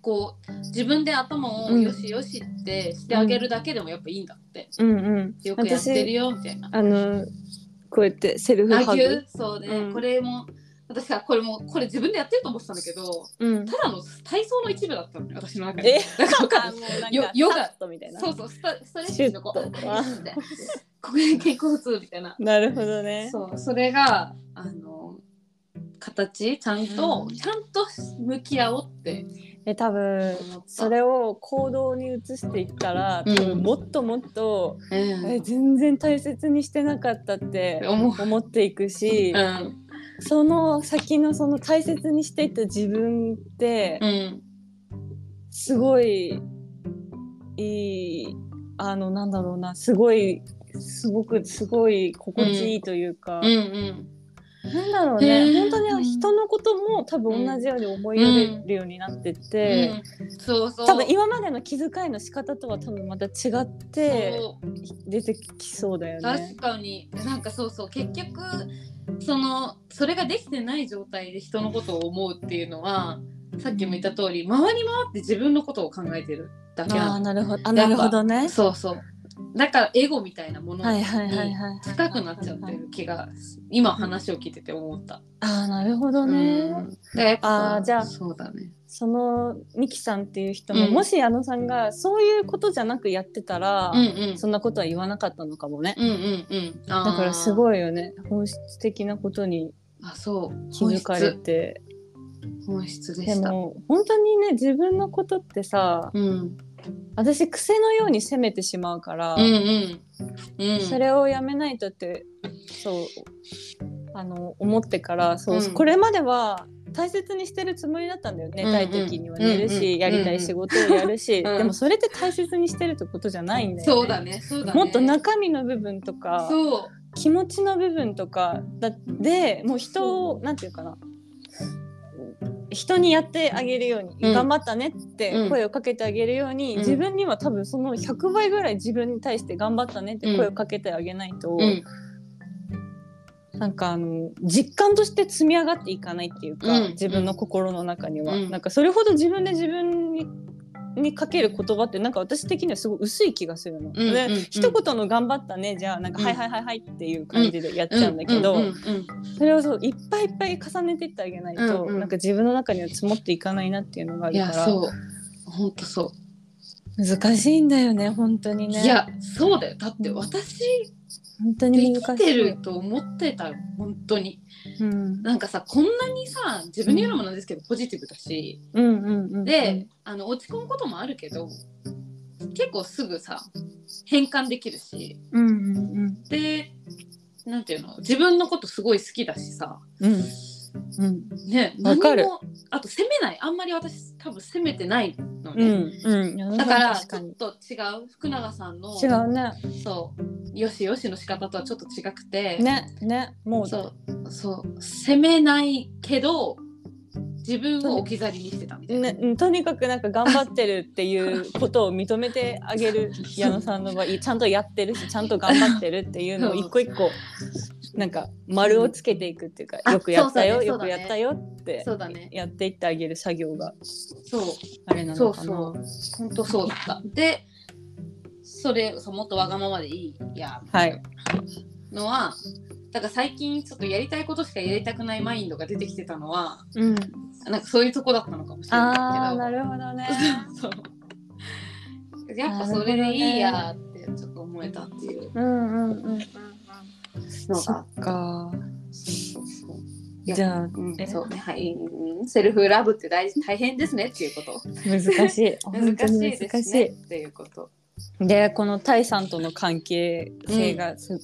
こう自分で頭を
うん
よしよしってしてあげるだけでもやっぱいいんだって、
うんうん
よくやってるよみたいな。
あのこうやってセルフ
あ
ハ
ぎゅ
グ
うそうね、
うん
これも私はこれもこれ自分でやってると思ってたんだけど
うん
ただの体操の一部だったのね私の中で
え。
なんかわか
あ
る
もうなんか
よヨガ
サッとみたいな
そうそうストストレッチのこ
シュ
う
ッとあ
で これ肩甲骨みたいな
なるほどね
そうそれがあの形ちゃんと、
うん
ちゃんと向き合おうって
え多
思っ
分
た
それを行動に移していったら、
うん
多分もっともっと、
うん
え全然大切にしてなかったって
思う
思っていくし、
うん
その先のその大切にしていった自分って
うん
すごいいいあのなんだろうなすごいすごくすごい心地いいというか、
うんうん
なんだろう
へ
ね、
ー
本当に人のことも多分同じように思いやれるようになってって。
うんそうそう
多分今までの気遣いの仕方とは多分また違って
そう
出てきそうだよね
確。かになんかそうそう結局そのそれができてない状態で人のことを思うっていうのはさっきも言った通り回り回って自分のことを考えてるだけ
ああ
なの
ーなるほどあなるほどね。
そうそうだからエゴみたいなもの
はい
に
はいはいはい。
近くなっちゃってる気が今話を聞いてて思った。
ああなるほど
う
ね。
ん、だからやっぱ
あーじゃあ
そうだね。
そのミキさんっていう人も、
うん
もし矢野さんがそういうことじゃなくやってたら、
うんうん
そんなことは言わなかったのかもね。
うんうんうん。だ
だからす
い。
ごいよね本質的なことに
あそう
気づかれて
本質本質で
で
した。
も本当にね自分のことってさ
うん
私癖のように責めてしまうから、
うんうんうん
それをやめないとってそうあの思ってからそう、
うん
これまでは大切にしてるつもりだったんだよ寝たい時には寝るし、
うんうん
やりたい仕事をやるし、
うん
でもそれって大切にしてるってことじゃないんだよね。
そうだねそうだね
もっと中身の部分とか
そう
気持ちの部分とかだでもう人をなんていうかな人にやってあげるように、
うん
頑張ったねって
うん
声をかけてあげるように、
うん
自分には多分その100倍ぐらい自分に対して頑張ったねって声をかけてあげないと、
うん
なんかあの実感として積み上がっていかないっていうか、
うん
自分の心の中には、
うん
なんかそれほど自分で自分ににかける言葉ってなんか私的にはすごい薄い気がするの。
うんうん
で
うん
一言の「頑張ったね」じゃあなんか「
うん
はいはいはいはい」っていう感じでやっちゃうんだけど、
うんうんうん
それをそういっぱいいっぱい重ねてってあげないと、
うんうん
なんか自分の中には積もっていかないなっていうのがあ
い
るか
や
ら
そう本当そう
難しいんだよね本当にね。
いやそうだよだって私
本当
で
に
き
難してい。
ると思ってた本当に
うん
なんかさこんなにさ自分で言うのもなんですけど、ポジティブだし
うんうんうんうん、
で、あの落ち込むこともあるけど結構すぐさ変換できるし
うんうんうん
でなんていうの自分のことすごい好きだしさ
うんうん
ね
わかる
何もあと責めないあんまり私多分責めてないの
う
ね、
んうん、
だから
確
ち
か
ょ
に
っと違う福永さんの
違うね
そうよしよしの仕方とはちょっと違くて、
ねねもう
そうそう責めないけど自分を置き去りにしてたみたいな、
ね、うんとにかくなんか頑張ってるって いうことを認めてあげる矢野さんの場合ちゃんとやってるしちゃんと頑張ってるっていうのを一個一個なんか丸をつけていくっていうか、
うん
よくやったよ、
あそ
よ
うだ
く
ね
やったよって
そうだね
やっていってあげる作業が
そう
あれなのかな。
そう本当そうだったでそれそうもっとわがままでいいや
はい、
のはだから最近ちょっとやりたいことしかやりたくないマインドが出てきてたのは
うん、
なんかそういうとこだったのかもしれ
ああ
な
な
い
るほどね。
けどそうやっぱそれでいいやってちょっと思えたっていう
うんうんうん。
の
そ
が
っか。
そうそう
じゃあ
うん
え、
そうね、はい、うんセルフラブって大事、大変ですねっていうこと。
難しい。
難
本当
しい
に
で
難
す
し
ね
い。
っていうこと。
でこのタイさんとの関係性がす、っ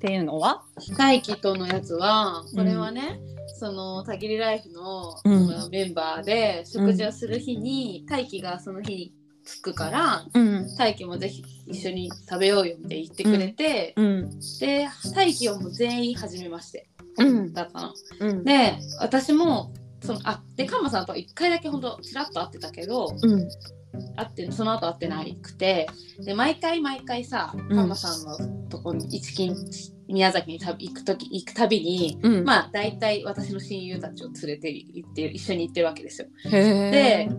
ていうのは、
大輝とのやつは、これはね、そのたぎりライフの、
うん
そのメンバーで食事をする日に、大輝がその日に着くから。
うん
大輝もぜひ一緒に食べようよって言ってくれて、
うん
で大輝はもう全員初めまして、
うん
だったの。
うん
で私もそのあでカンマさんとは1回だけ本当ちらっと会ってたけど、
うん
会ってその後会ってないくてで毎回毎回さ
うん
ママさんのとこに一金宮崎に旅行く時行くたびに、
うん
まあ大体私の親友たちを連れて行って一緒に行ってるわけですよ。
へ
で
ー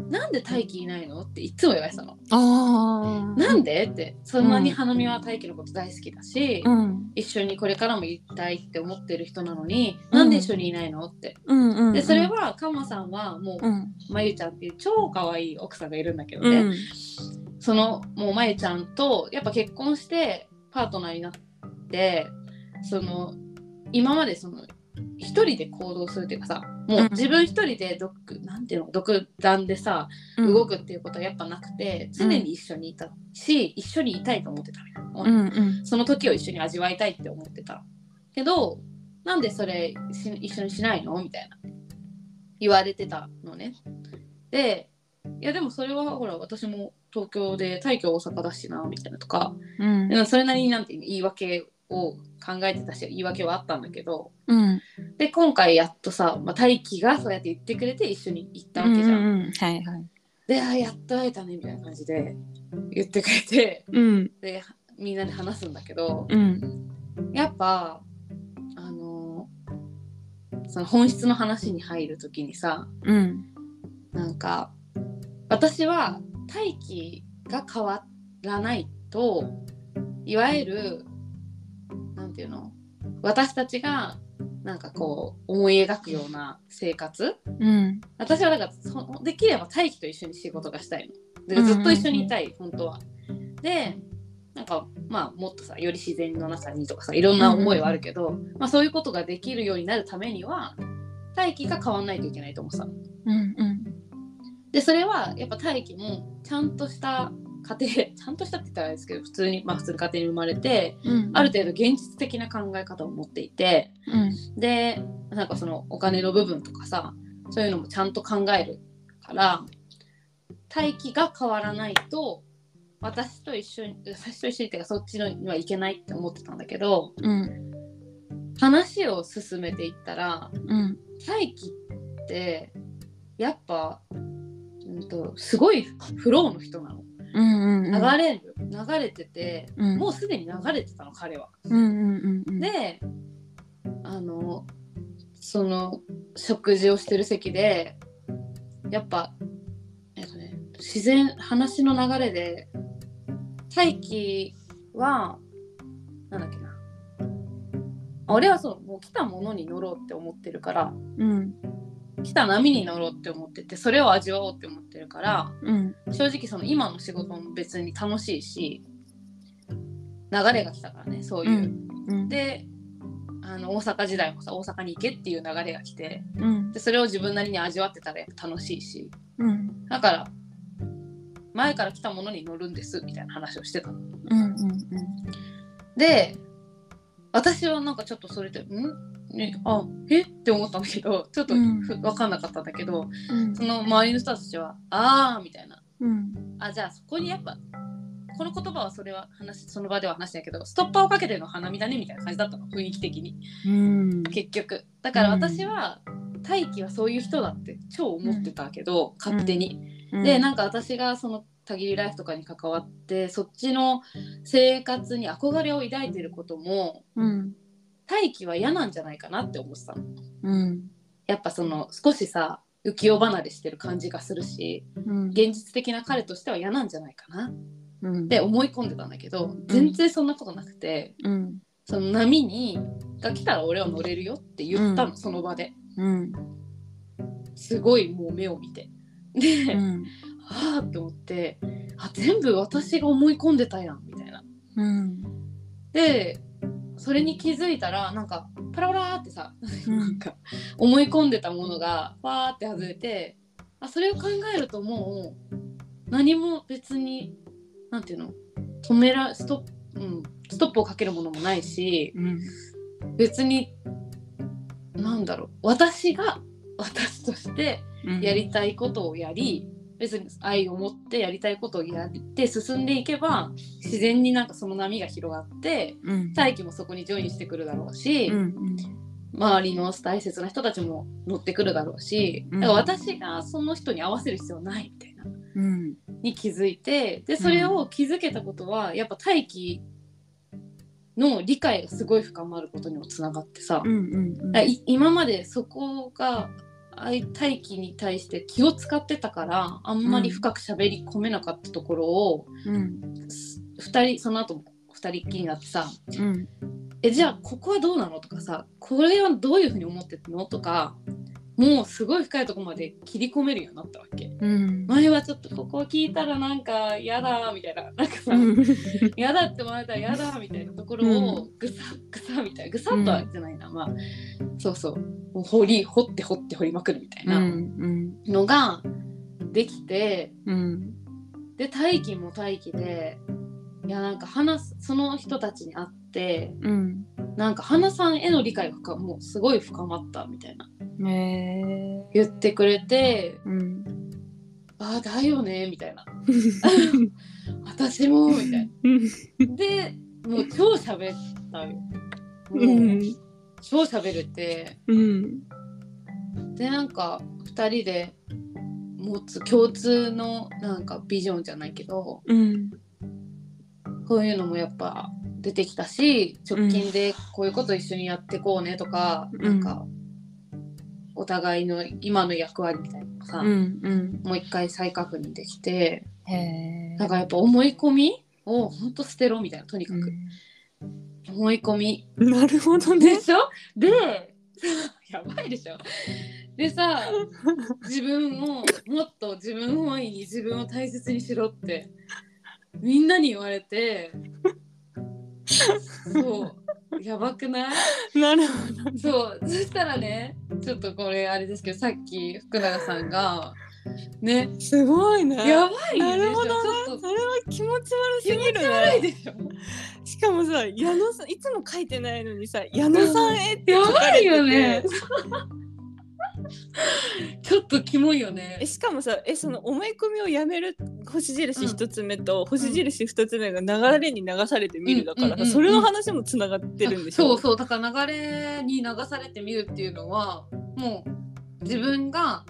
うん、
なんで大輝いないのっていつも言われてたの。
ああ
なんでってそんなに花見は大輝のこと大好きだし、
うん
一緒にこれからも行きたいって思ってる人なのに、
うん
なんで一緒にいないのって。
うんうん
でそれはカンマさんはもう、
うん
まゆちゃんっていう超可愛い奥さんがいるんだけど
う
ね。
ん
そのもうまゆちゃんとやっぱ結婚してパートナーになってその今までその一人で行動するっていうかさもう
うん
自分一人で独なんていうの独断でさ
うん
動くっていうことはやっぱなくて、常に一緒にいたし一緒にいたいと思ってたみたいな、
うんうん
その時を一緒に味わいたいって思ってたけどなんでそれし一緒にしないのみたいな言われてたのねでいやでもそれはほら私も東京で大京大阪だしなみたいなとか
うん
でもそれなりになんていうの言い訳を考えてたし言い訳はあったんだけど
うん
で今回やっとさ、まあ、大輝がそうやって言ってくれて一緒に行ったわけじゃん、
うんうんはいはい
であやっと会えたねみたいな感じで言ってくれて
うん
でみんなで話すんだけど
うん
やっぱあのその本質の話に入る時にさ
うん
なんか私は大気が変わらないといわゆるなんていうの私たちがなんかこう思い描くような生活
うん
私はなんかそできれば大気と一緒に仕事がしたいので
うんうんうん
ずっと一緒にいたい、本当はでなんかまあもっとさより自然の中にとかさいろんな思いはあるけど、まあ、そういうことができるようになるためには大気が変わらないといけないと思うさ
うんうん
でそれはやっぱ大輝もちゃんとした家庭 ちゃんとしたって言ったらあれですけど普通にまあ普通の家庭に生まれて
うん
ある程度現実的な考え方を持っていて
うん
でなんかそのお金の部分とかさそういうのもちゃんと考えるから大気が変わらないと私と一緒に私と一緒にっていうかそっちのにはいけないって思ってたんだけど
うん
話を進めていったら
うん
大気ってやっぱ、うん、とすごいフローの人なの。
うんうん
流れる、流れてて
うん
もうすでに流れてたの彼は。
うんうんうんうん
であのその食事をしてる席でやっぱ、えっとね、自然話の流れで大輝はなんだっけな俺はそうもう来たものに乗ろうって思ってるから
うん
来た波に乗ろうって思っててそれを味わおうって思ってるから
うん
正直その今の仕事も別に楽しいし流れが来たからねそう
う
いう。
んうん
であの大阪時代もさ大阪に行けっていう流れが来て
うん
でそれを自分なりに味わってたらやっぱ楽しいし
うん
だから前から来たものに乗るんですみたいな話をしてた
う
の
んうん
で私はなんかちょっとそれで「んね、あえっ?」て思ったんだけどちょっと
うん
分かんなかったんだけど、
うん
その周りの人たちは「ああ」みたいな
うん
「あじゃあそこにやっぱこの言葉はそれは話その場では話したけどストッパーをかけての花見だね」みたいな感じだったの雰囲気的に。
うん
結局だから
うん
私は、大輝はそういう人だって超思ってたけど、勝手に、
で
でなんか私がそのたぎりライフとかに関わってそっちの生活に憧れを抱いてることも
うん
大輝は嫌なんじゃないかなって思ってたの
うん
やっぱその少しさ浮世離れしてる感じがするし
うん
現実的な彼としては嫌なんじゃないかなっ
うん
て思い込んでたんだけど全然そんなことなくて
うん
その波にが来たら俺は乗れるよって言ったの、
うん
その場で
うん
すごいもう目を見てで、
うん
はあって思ってあ全部私が思い込んでたやんみたいな
うん
でそれに気づいたらなんかパラパラーってさ、
うん
なんか思い込んでたものがわーって外れてあそれを考えるともう何も別になんていうの止めらスト,、うん、ストップをかけるものもないし
うん
別になんだろう私が私として
うん
やりたいことをやり別に愛を持ってやりたいことをやって進んでいけば自然になんかその波が広がって
うん
大輝もそこにジョインしてくるだろうし、
うん
周りの大切な人たちも乗ってくるだろうし、
うん
だから私がその人に合わせる必要ないみたいな
うん
に気づいてでそれを気づけたことはやっぱ大輝の理解がすごい深まることにもつながってさ、
うんうんうん
だからい今までそこがあい大気に対して気を使ってたからあんまり深く喋り込めなかったところを、
うん
す二人その後も2人っきりになってさ
うん
「えじゃあここはどうなの?」とかさ「これはどういうふうに思ってるの?」とかもうすごい深いところまで切り込めるようになったわけ
うん
前はちょっとここを聞いたらなんか嫌だみたいななんかさ嫌だって思われたら嫌だみたいなところをぐさぐさみたいなぐさっとはじゃないな、まあそうそうもう掘り掘って掘って掘りまくるみたい
うんう
なんのができて、
うん
で大輝も大輝でいやなんか話すその人たちに会って
うん
なんか花さんへの理解が深もうすごい深まったみたいな
うんへえ
言ってくれて
うん
ああだよねみたいな私もみたいなでもう超喋ったよ。も
う
うん超喋れて
うん
でなんか2人で持つ共通のなんかビジョンじゃないけど
うん
こういうのもやっぱ出てきたし直近でこういうこと一緒にやってこうねとか、
うん
なんかお互いの今の役割みたいなのさ、
うんうん
もう一回再確認できて
へえ
だからやっぱ思い込みをほんと捨てろみたいなとにかく、思い込み
なるほど
で
ね
しょで やばいでしょでさ自分をもっと自分本位に自分を大切にしろってみんなに言われてそうやばくない
なるほど
そうそしたらねちょっとこれあれですけどさっき福永さんがね
すごいね。
やばいよ
な
ね
るほどね
ちょっ
そ
と
れは気持ち悪す
気
ぎ
持
る
ち悪い
ね。
でしょ
しかもさ、矢野さんいつも書いてないのにさ、矢野さんへって
や
書か
ば
れて
い
て
よね。 ちょっとキモいよね
えしかもさえその思い込みをやめる星印一つ目と星印二つ目が流れに流されて見るだから
うんうん
さ
うん
それの話もつながってるんでしょ
そうそうだから流れに流されてみるっていうのはもう自分が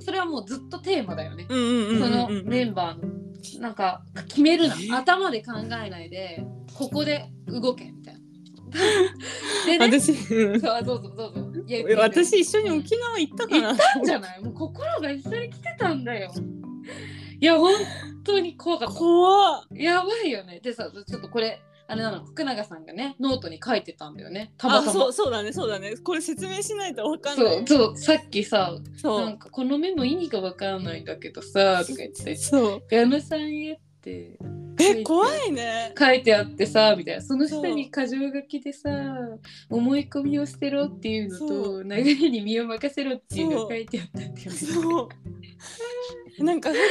それはもうずっとテーマだよね、
うんうんうんうんうん
そのメンバーのなんか決めるな頭で考えないでここで動けみたい な。でね
私うん
そうどうぞどうぞいや
え 私一緒に沖縄行ったか
行
な
ったんじゃないもう心が一緒に来てたんだよ。いや本当に怖かった。
怖っ
やばいよね。でさちょっとこれあれなの福永さんがねノートに書いてたんだよねたま
あ
たま。
そうそうだねそうだねこれ説明しないとわかんな
そう
い
そうさっきさ
そ
なん
う
かこのメモ意味がわからないんだけどさとか言って
そう
「矢野さんへ」って
え怖いね
書いてあってさみたいなその下
そ
に箇条書きでさ思い込みを捨てろっていうの
そ
と流れに身を任せろっていうのが書いてあったんだよね。
そう。なんか普段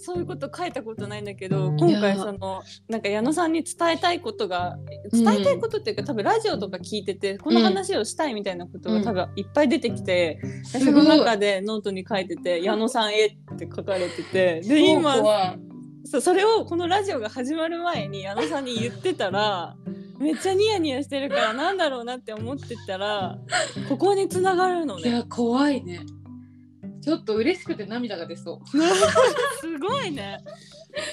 そういうこと書いたことないんだけど今
い
回
や
そのなんか矢野さんに伝えたいことが伝えたいことっていうか、多分ラジオとか聞いててこの話をしたいみたいなことが多分いっぱい出てきて、ですそ
ご
の
い
中でノートに書いてて「矢野さんへ」って書かれててで
そう
今
怖い
そうそれをこのラジオが始まる前に矢野さんに言ってたらめっちゃニヤニヤしてるからなんだろうなって思ってたらここに繋がるの
い
ね。
や怖いね。ちょっと嬉しくて涙が出そう。
すごいね。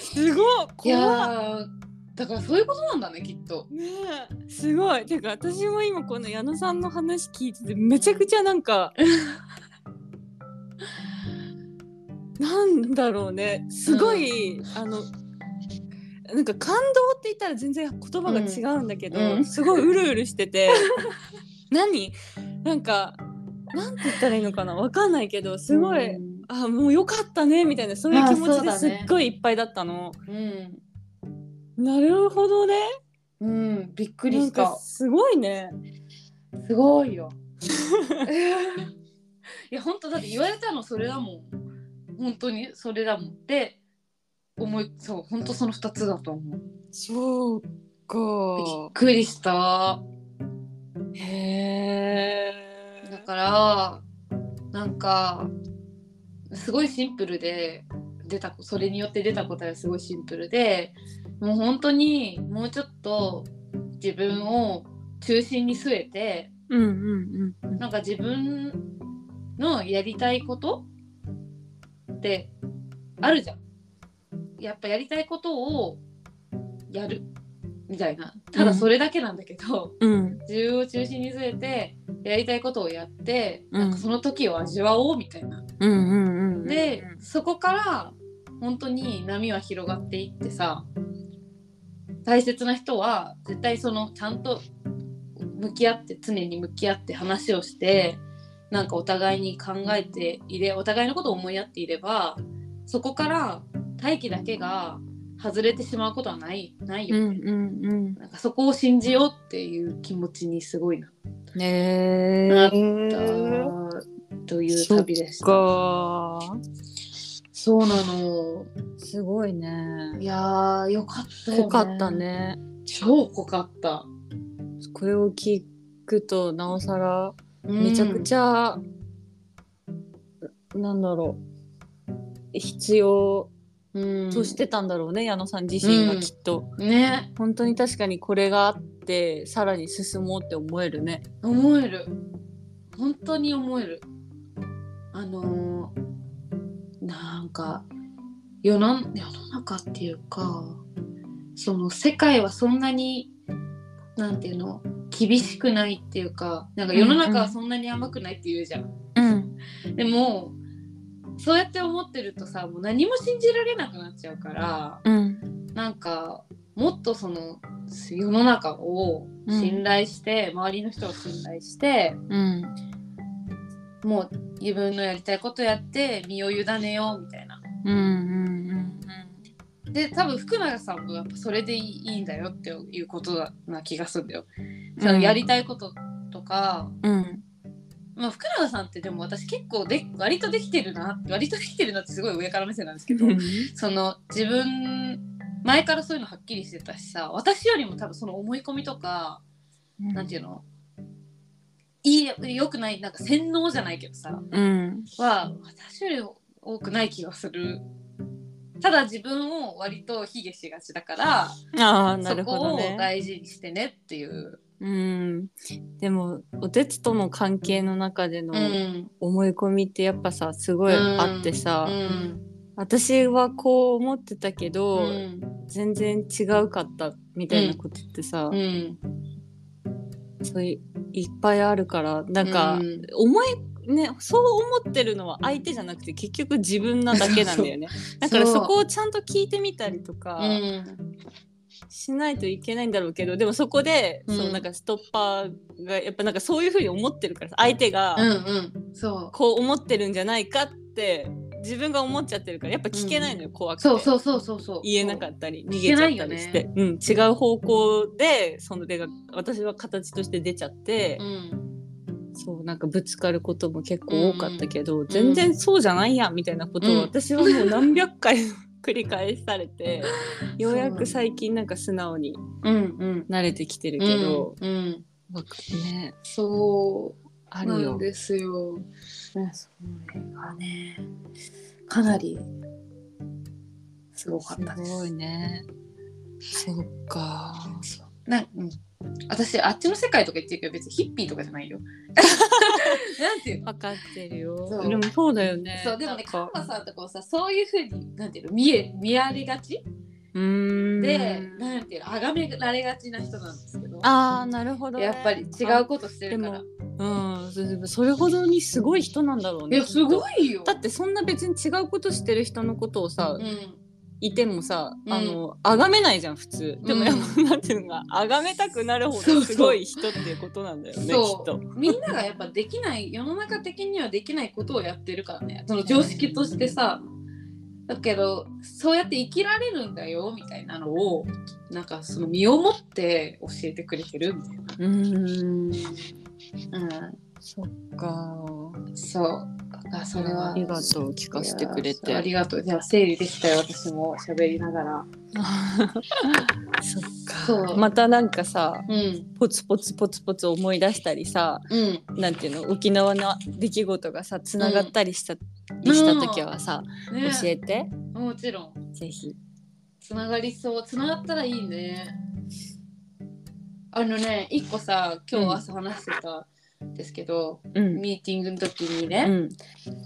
すごい。
い
怖
や
い。
ーだからそういうことなんだねきっと。
ねえ、すごい。てか私も今この矢野さんの話聞いててめちゃくちゃなん かなんだろうね。すごい、あの。なんか感動って言ったら全然言葉が違うんだけど、
うんうん
すごいうるうるして て何なんかなんて言ったらいいのかなわかんないけどすごい、
うん
あもうよかったねみたいなそういう気持
まあ
ち
そう
で
だね
すっごいいっぱいだったの。
うん
なるほどね。
うん、びっくり
なん
し
か
た。
すごいね。
すごいよ。 いや本当だって言われたのそれだもん。本当にそれだもんって思いそう本当その二つだと思う。
そう
びっ
か。
くりした。
へ
だ
え。
からなんかすごいシンプルで出たそれによって出た答えはすごいシンプルでもう本当にもうちょっと自分を中心に据えて
うんうんうん
なんか自分のやりたいことってあるじゃん。やっぱやりたいことをやるみたいなただそれだけなんだけど、
うん
自由を中心に据えてやりたいことをやって、
うん
なんかその時を味わおうみたいな。
うんうんうん
でそこから本当に波は広がっていってさ大切な人は絶対そのちゃんと向き合って常に向き合って話をしてなんかお互いに考えていれお互いのことを思い合っていればそこから大気だけが外れてしまうことはないないよ、
うんうんうん
なんかそこを信じようっていう気持ちにすごいな
ね
なっ
え
という旅でした。
か
そうなの。
すごいね
いやーよかったよ、ね。
濃かった。ね
超濃かった。
これを聞くとなおさらめちゃくち
ゃ。
ゃ、なんだろう必要
うん、
としてたんだろうね、矢野さん自身がきっと、
ね
本当に確かにこれがあってさらに進もうって思えるね
思える。本当に思える。あのー、なんか世の世の中っていうかその世界はそんなになんていうの厳しくないっていうかなんか世の中はそんなに甘くないっていうじゃん
うん
でもそうやって思ってるとさもう何も信じられなくなっちゃうから
うん
なんかもっとその世の中を信頼して、周りの人を信頼して
うん
もう自分のやりたいことやって身を委ねようみたいな。
うんうん
で多分福永さんもやっぱそれでいいいいんだよっていうことな気がするんだよ。
うん
そのやりたいこととか
うん
まあ、福永さんってでも私結構で割とできてるな割とできてるなってすごい上から目線なんですけどその自分前からそういうのはっきりしてたしさ私よりも多分その思い込みとか、なんていうのいいよくないなんか洗脳じゃないけどさ
うん
は私より多くない気がするただ自分を割と卑下しがちだから、
ああな
そ
るほ
こ
ど
を
ね
大事にしてねっていう、
うんでもおてつとの関係の中での
うん
思い込みってやっぱさすごいあって
う
さ、
ん
私はこう思ってたけ
う
ど、
ん
全然違うかったみたいなことってさ、
うん、
そういういっぱいあるからなんか、
うん
思いねそう思ってるのは相手じゃなくて結局自分なだけなんだよねだか ら
そう
そこをちゃんと聞いてみたりとか
うん
しないといけないんだろうけど、でもそこで、
うん
そのなんかストッパーがやっぱなんかそういうふうに思ってるからさ相手が
うんうんそう
こう思ってるんじゃないかって自分が思っちゃってるからやっぱ聞けないのよ、怖くて。
そうそうそうそうそう
言えなかったり
聞
逃げ
け
ちゃ
な
っ
い
た
よ
り
ね
して、うん、違う方向でその出が私は形として出ちゃって
う、ん
そうなんかぶつかることも結構多かったけど、全然そうじゃないやんみたいなこと
うん
を私はもう何百回繰り返されて、ようや
そう
く最近なんか素直に
うん
慣れてきてる
うん
けど、
うんうん、
わかね
そう
ある
なん
よ。
ですよ。ね、それがね、かなりすごかったです
ごい
す。
ね。そっか。
なんうん、私、あっちの世界とか言ってるけど、別にヒッピーとかじゃ ないよ。なんていうの
分かってる
そ
よ。
う
でもそうだよね。
そうでもね、
な
カ
ん
ン
か
マさんとかをさ、そういうふうに、なんていうの、見え、見られがち
うーん。
で、なんていうの、あがめられがちな人なんですけど、
ああなるほどね、
やっぱり違うことしてるから。
うん、それそれほどにすごい人なんだろう
い
ね。
や、す
きっ
ごいよ
と。だってそんな別に違うことしてる人のことをさ、
うん、
いてもさ、
うん
あの崇めないじゃん普通。でも、
うん
やっぱなんていう のか崇めたくなるほ
そうそ
ど
う
すごい人っていうことなんだよねきっ
そ
と。
うみんながやっぱできない世の中的にはできないことをやってるからねその常識としてさだけどそうやって生きられるんだよみたいなのをなんかその身をもって教えてくれてるみたいう
ーん。
な、
そっか。
うん、そうあそれは
ありがとう聞かせてくれ
いやそうあ
て。
りがとうじゃあ整理できたよ私も喋りながら
そっか。
そう
またなんかさ
うん
ポツポツポツポツ思い出したりさ
うん
なんていうの沖縄の出来事がさつながったりした,、りした時はさ、
ね
教えて
もちろん
ぜひ。
つながりそうつながったらいいねあのね一個さ今日朝話してたんですけど、
うん
ミーティングの時に
う
ね、
ん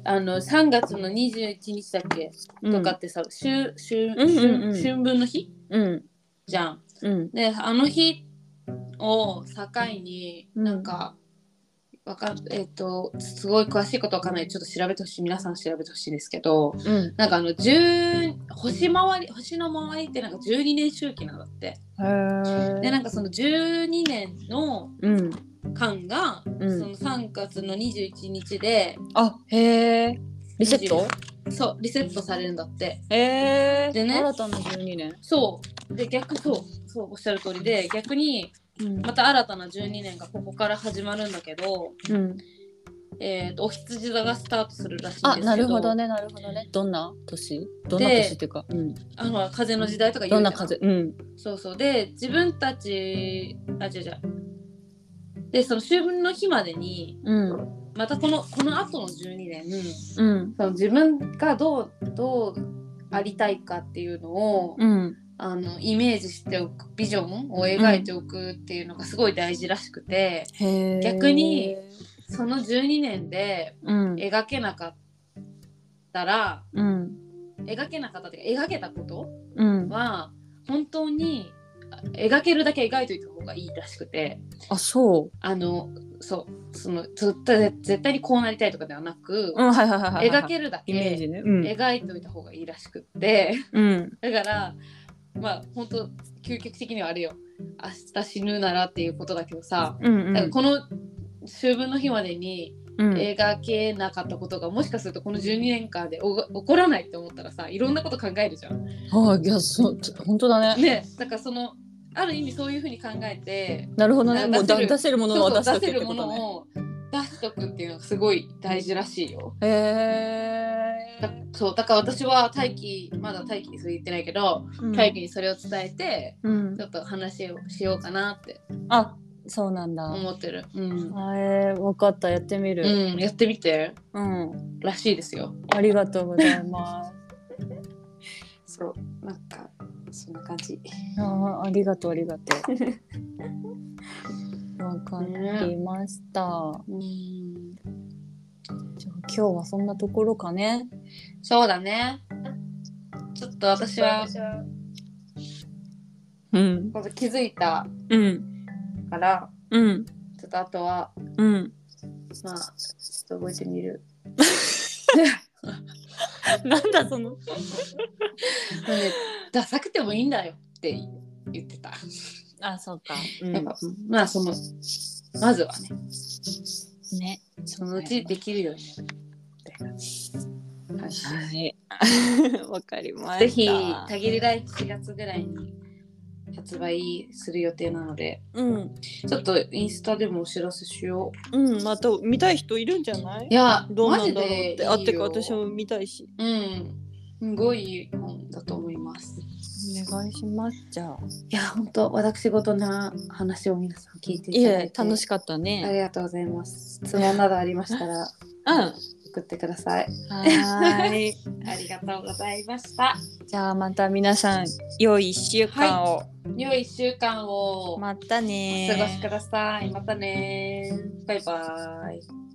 あの3月の21日だっけ、とかってさ春春
うんうんうん
春春分の日
うん
じゃん。
うん
であの日を境に
うん
なんか、わかえっ、とすごい詳しいことわかんないちょっと調べてほしい皆さん調べてほしいんですけど
うん
なんかあの10星回り星の回りってなんか12年周期なんだって。
へ
でなんかその12年の
うん
間が、
うん
その3月の21日で
あへえリセット
そうリセットされるんだって
へえ
でね
新たな12年
そうで逆そうそうおっしゃる通りで逆に
うん
また新たな12年がここから始まるんだけど、
うん
えー、とお羊座がスタートするらしいんです
あ
けど
なるほどねなるほどねどんな年どんな年っていうかうん
あの風の時代とか言
ど
うんじゃ
なん風うん
そうそうで自分たちあ違う違うでその秋分の日までに
うん
またこのこの後の12年、
うん
その自分がどうどうありたいかっていうのを、
うん
あのイメージしておくビジョンを描いておくっていうのがすごい大事らしくて、
へえ
逆にその12年で
うん
描けなかったら
うん
描けなかったっていうか描けたこと
うん
は本当にあ描けるだけ描いといた方がいいらしくて
あそう
あのそうその絶対絶対にこうなりたいとかではなく、
うんはいはいはいはいはい
描けるだ
イメージ
け
ねうん
描いといた方がいいらしくって。
うん
だからまあ本当究極的にはあれよ明日死ぬならっていうことだけどさ、
うん
だか
う
ら
ん
この秋分の日までに
うん
描けなかったことがもしかするとこの12年間でおが起こらないって思ったらさいろんなこと考えるじゃん。
はいいやそう本当だね
ねだからそのある意味そういうふうに考えて
なるほどね。
あ
もう
出せ
だ
る
出せるもの
そ
を
うそ
出
う
した
出
って
せ
こ
るも
とね。
のを出ししとくっていうのがすごい大事らしいよ。
へえ
だそうだから私は大輝まだ大輝にそれ言ってないけど大輝にそれを伝えて
うん
ちょっと話をしようかなって
あそうなんだ、
思ってる。うん、
えー、分かったやってみ
う
る、
ん、やってみて
うん
らしいですよ。
ありがとうございます
そうなんかそんな感じ。
あーありがとうありがとうわかりました、
うん
じゃあ今日はそんなところかね
そうだね。ちょっと私は
うん
まず気づいた
うん
から
うん
ちょっとあとは
うん
まあちょっと動いてみる。
なんだその
なんでダサくてもいいんだよって言ってた。
あそうか
うん
やっぱまあそのまずはね
ね
そのうちできるようになるみたいな感じ
はい。わかりました。
ぜひ「たぎりライチ」4月ぐらいに発売する予定なので
うん。
ちょっとインスタでもお知らせしよう
うん。また見たい人いるんじゃない
いや
どう
マ
なん
ジ
だろうって
でいいよ
あってか私も見たいし。
うんすごいいい本だと思います
お願いしますじゃあ
いや本当私事な話を皆さん聞いてい
い
ただい
え
て
楽しかった
あ
ね
りがとうございます質問などありました ら
うん。
送ってください
はーい
ありがとうございました
じゃあまた皆さん良い一週間を、
良い一週間を
またね
お過ごしください。またね。バイバイ。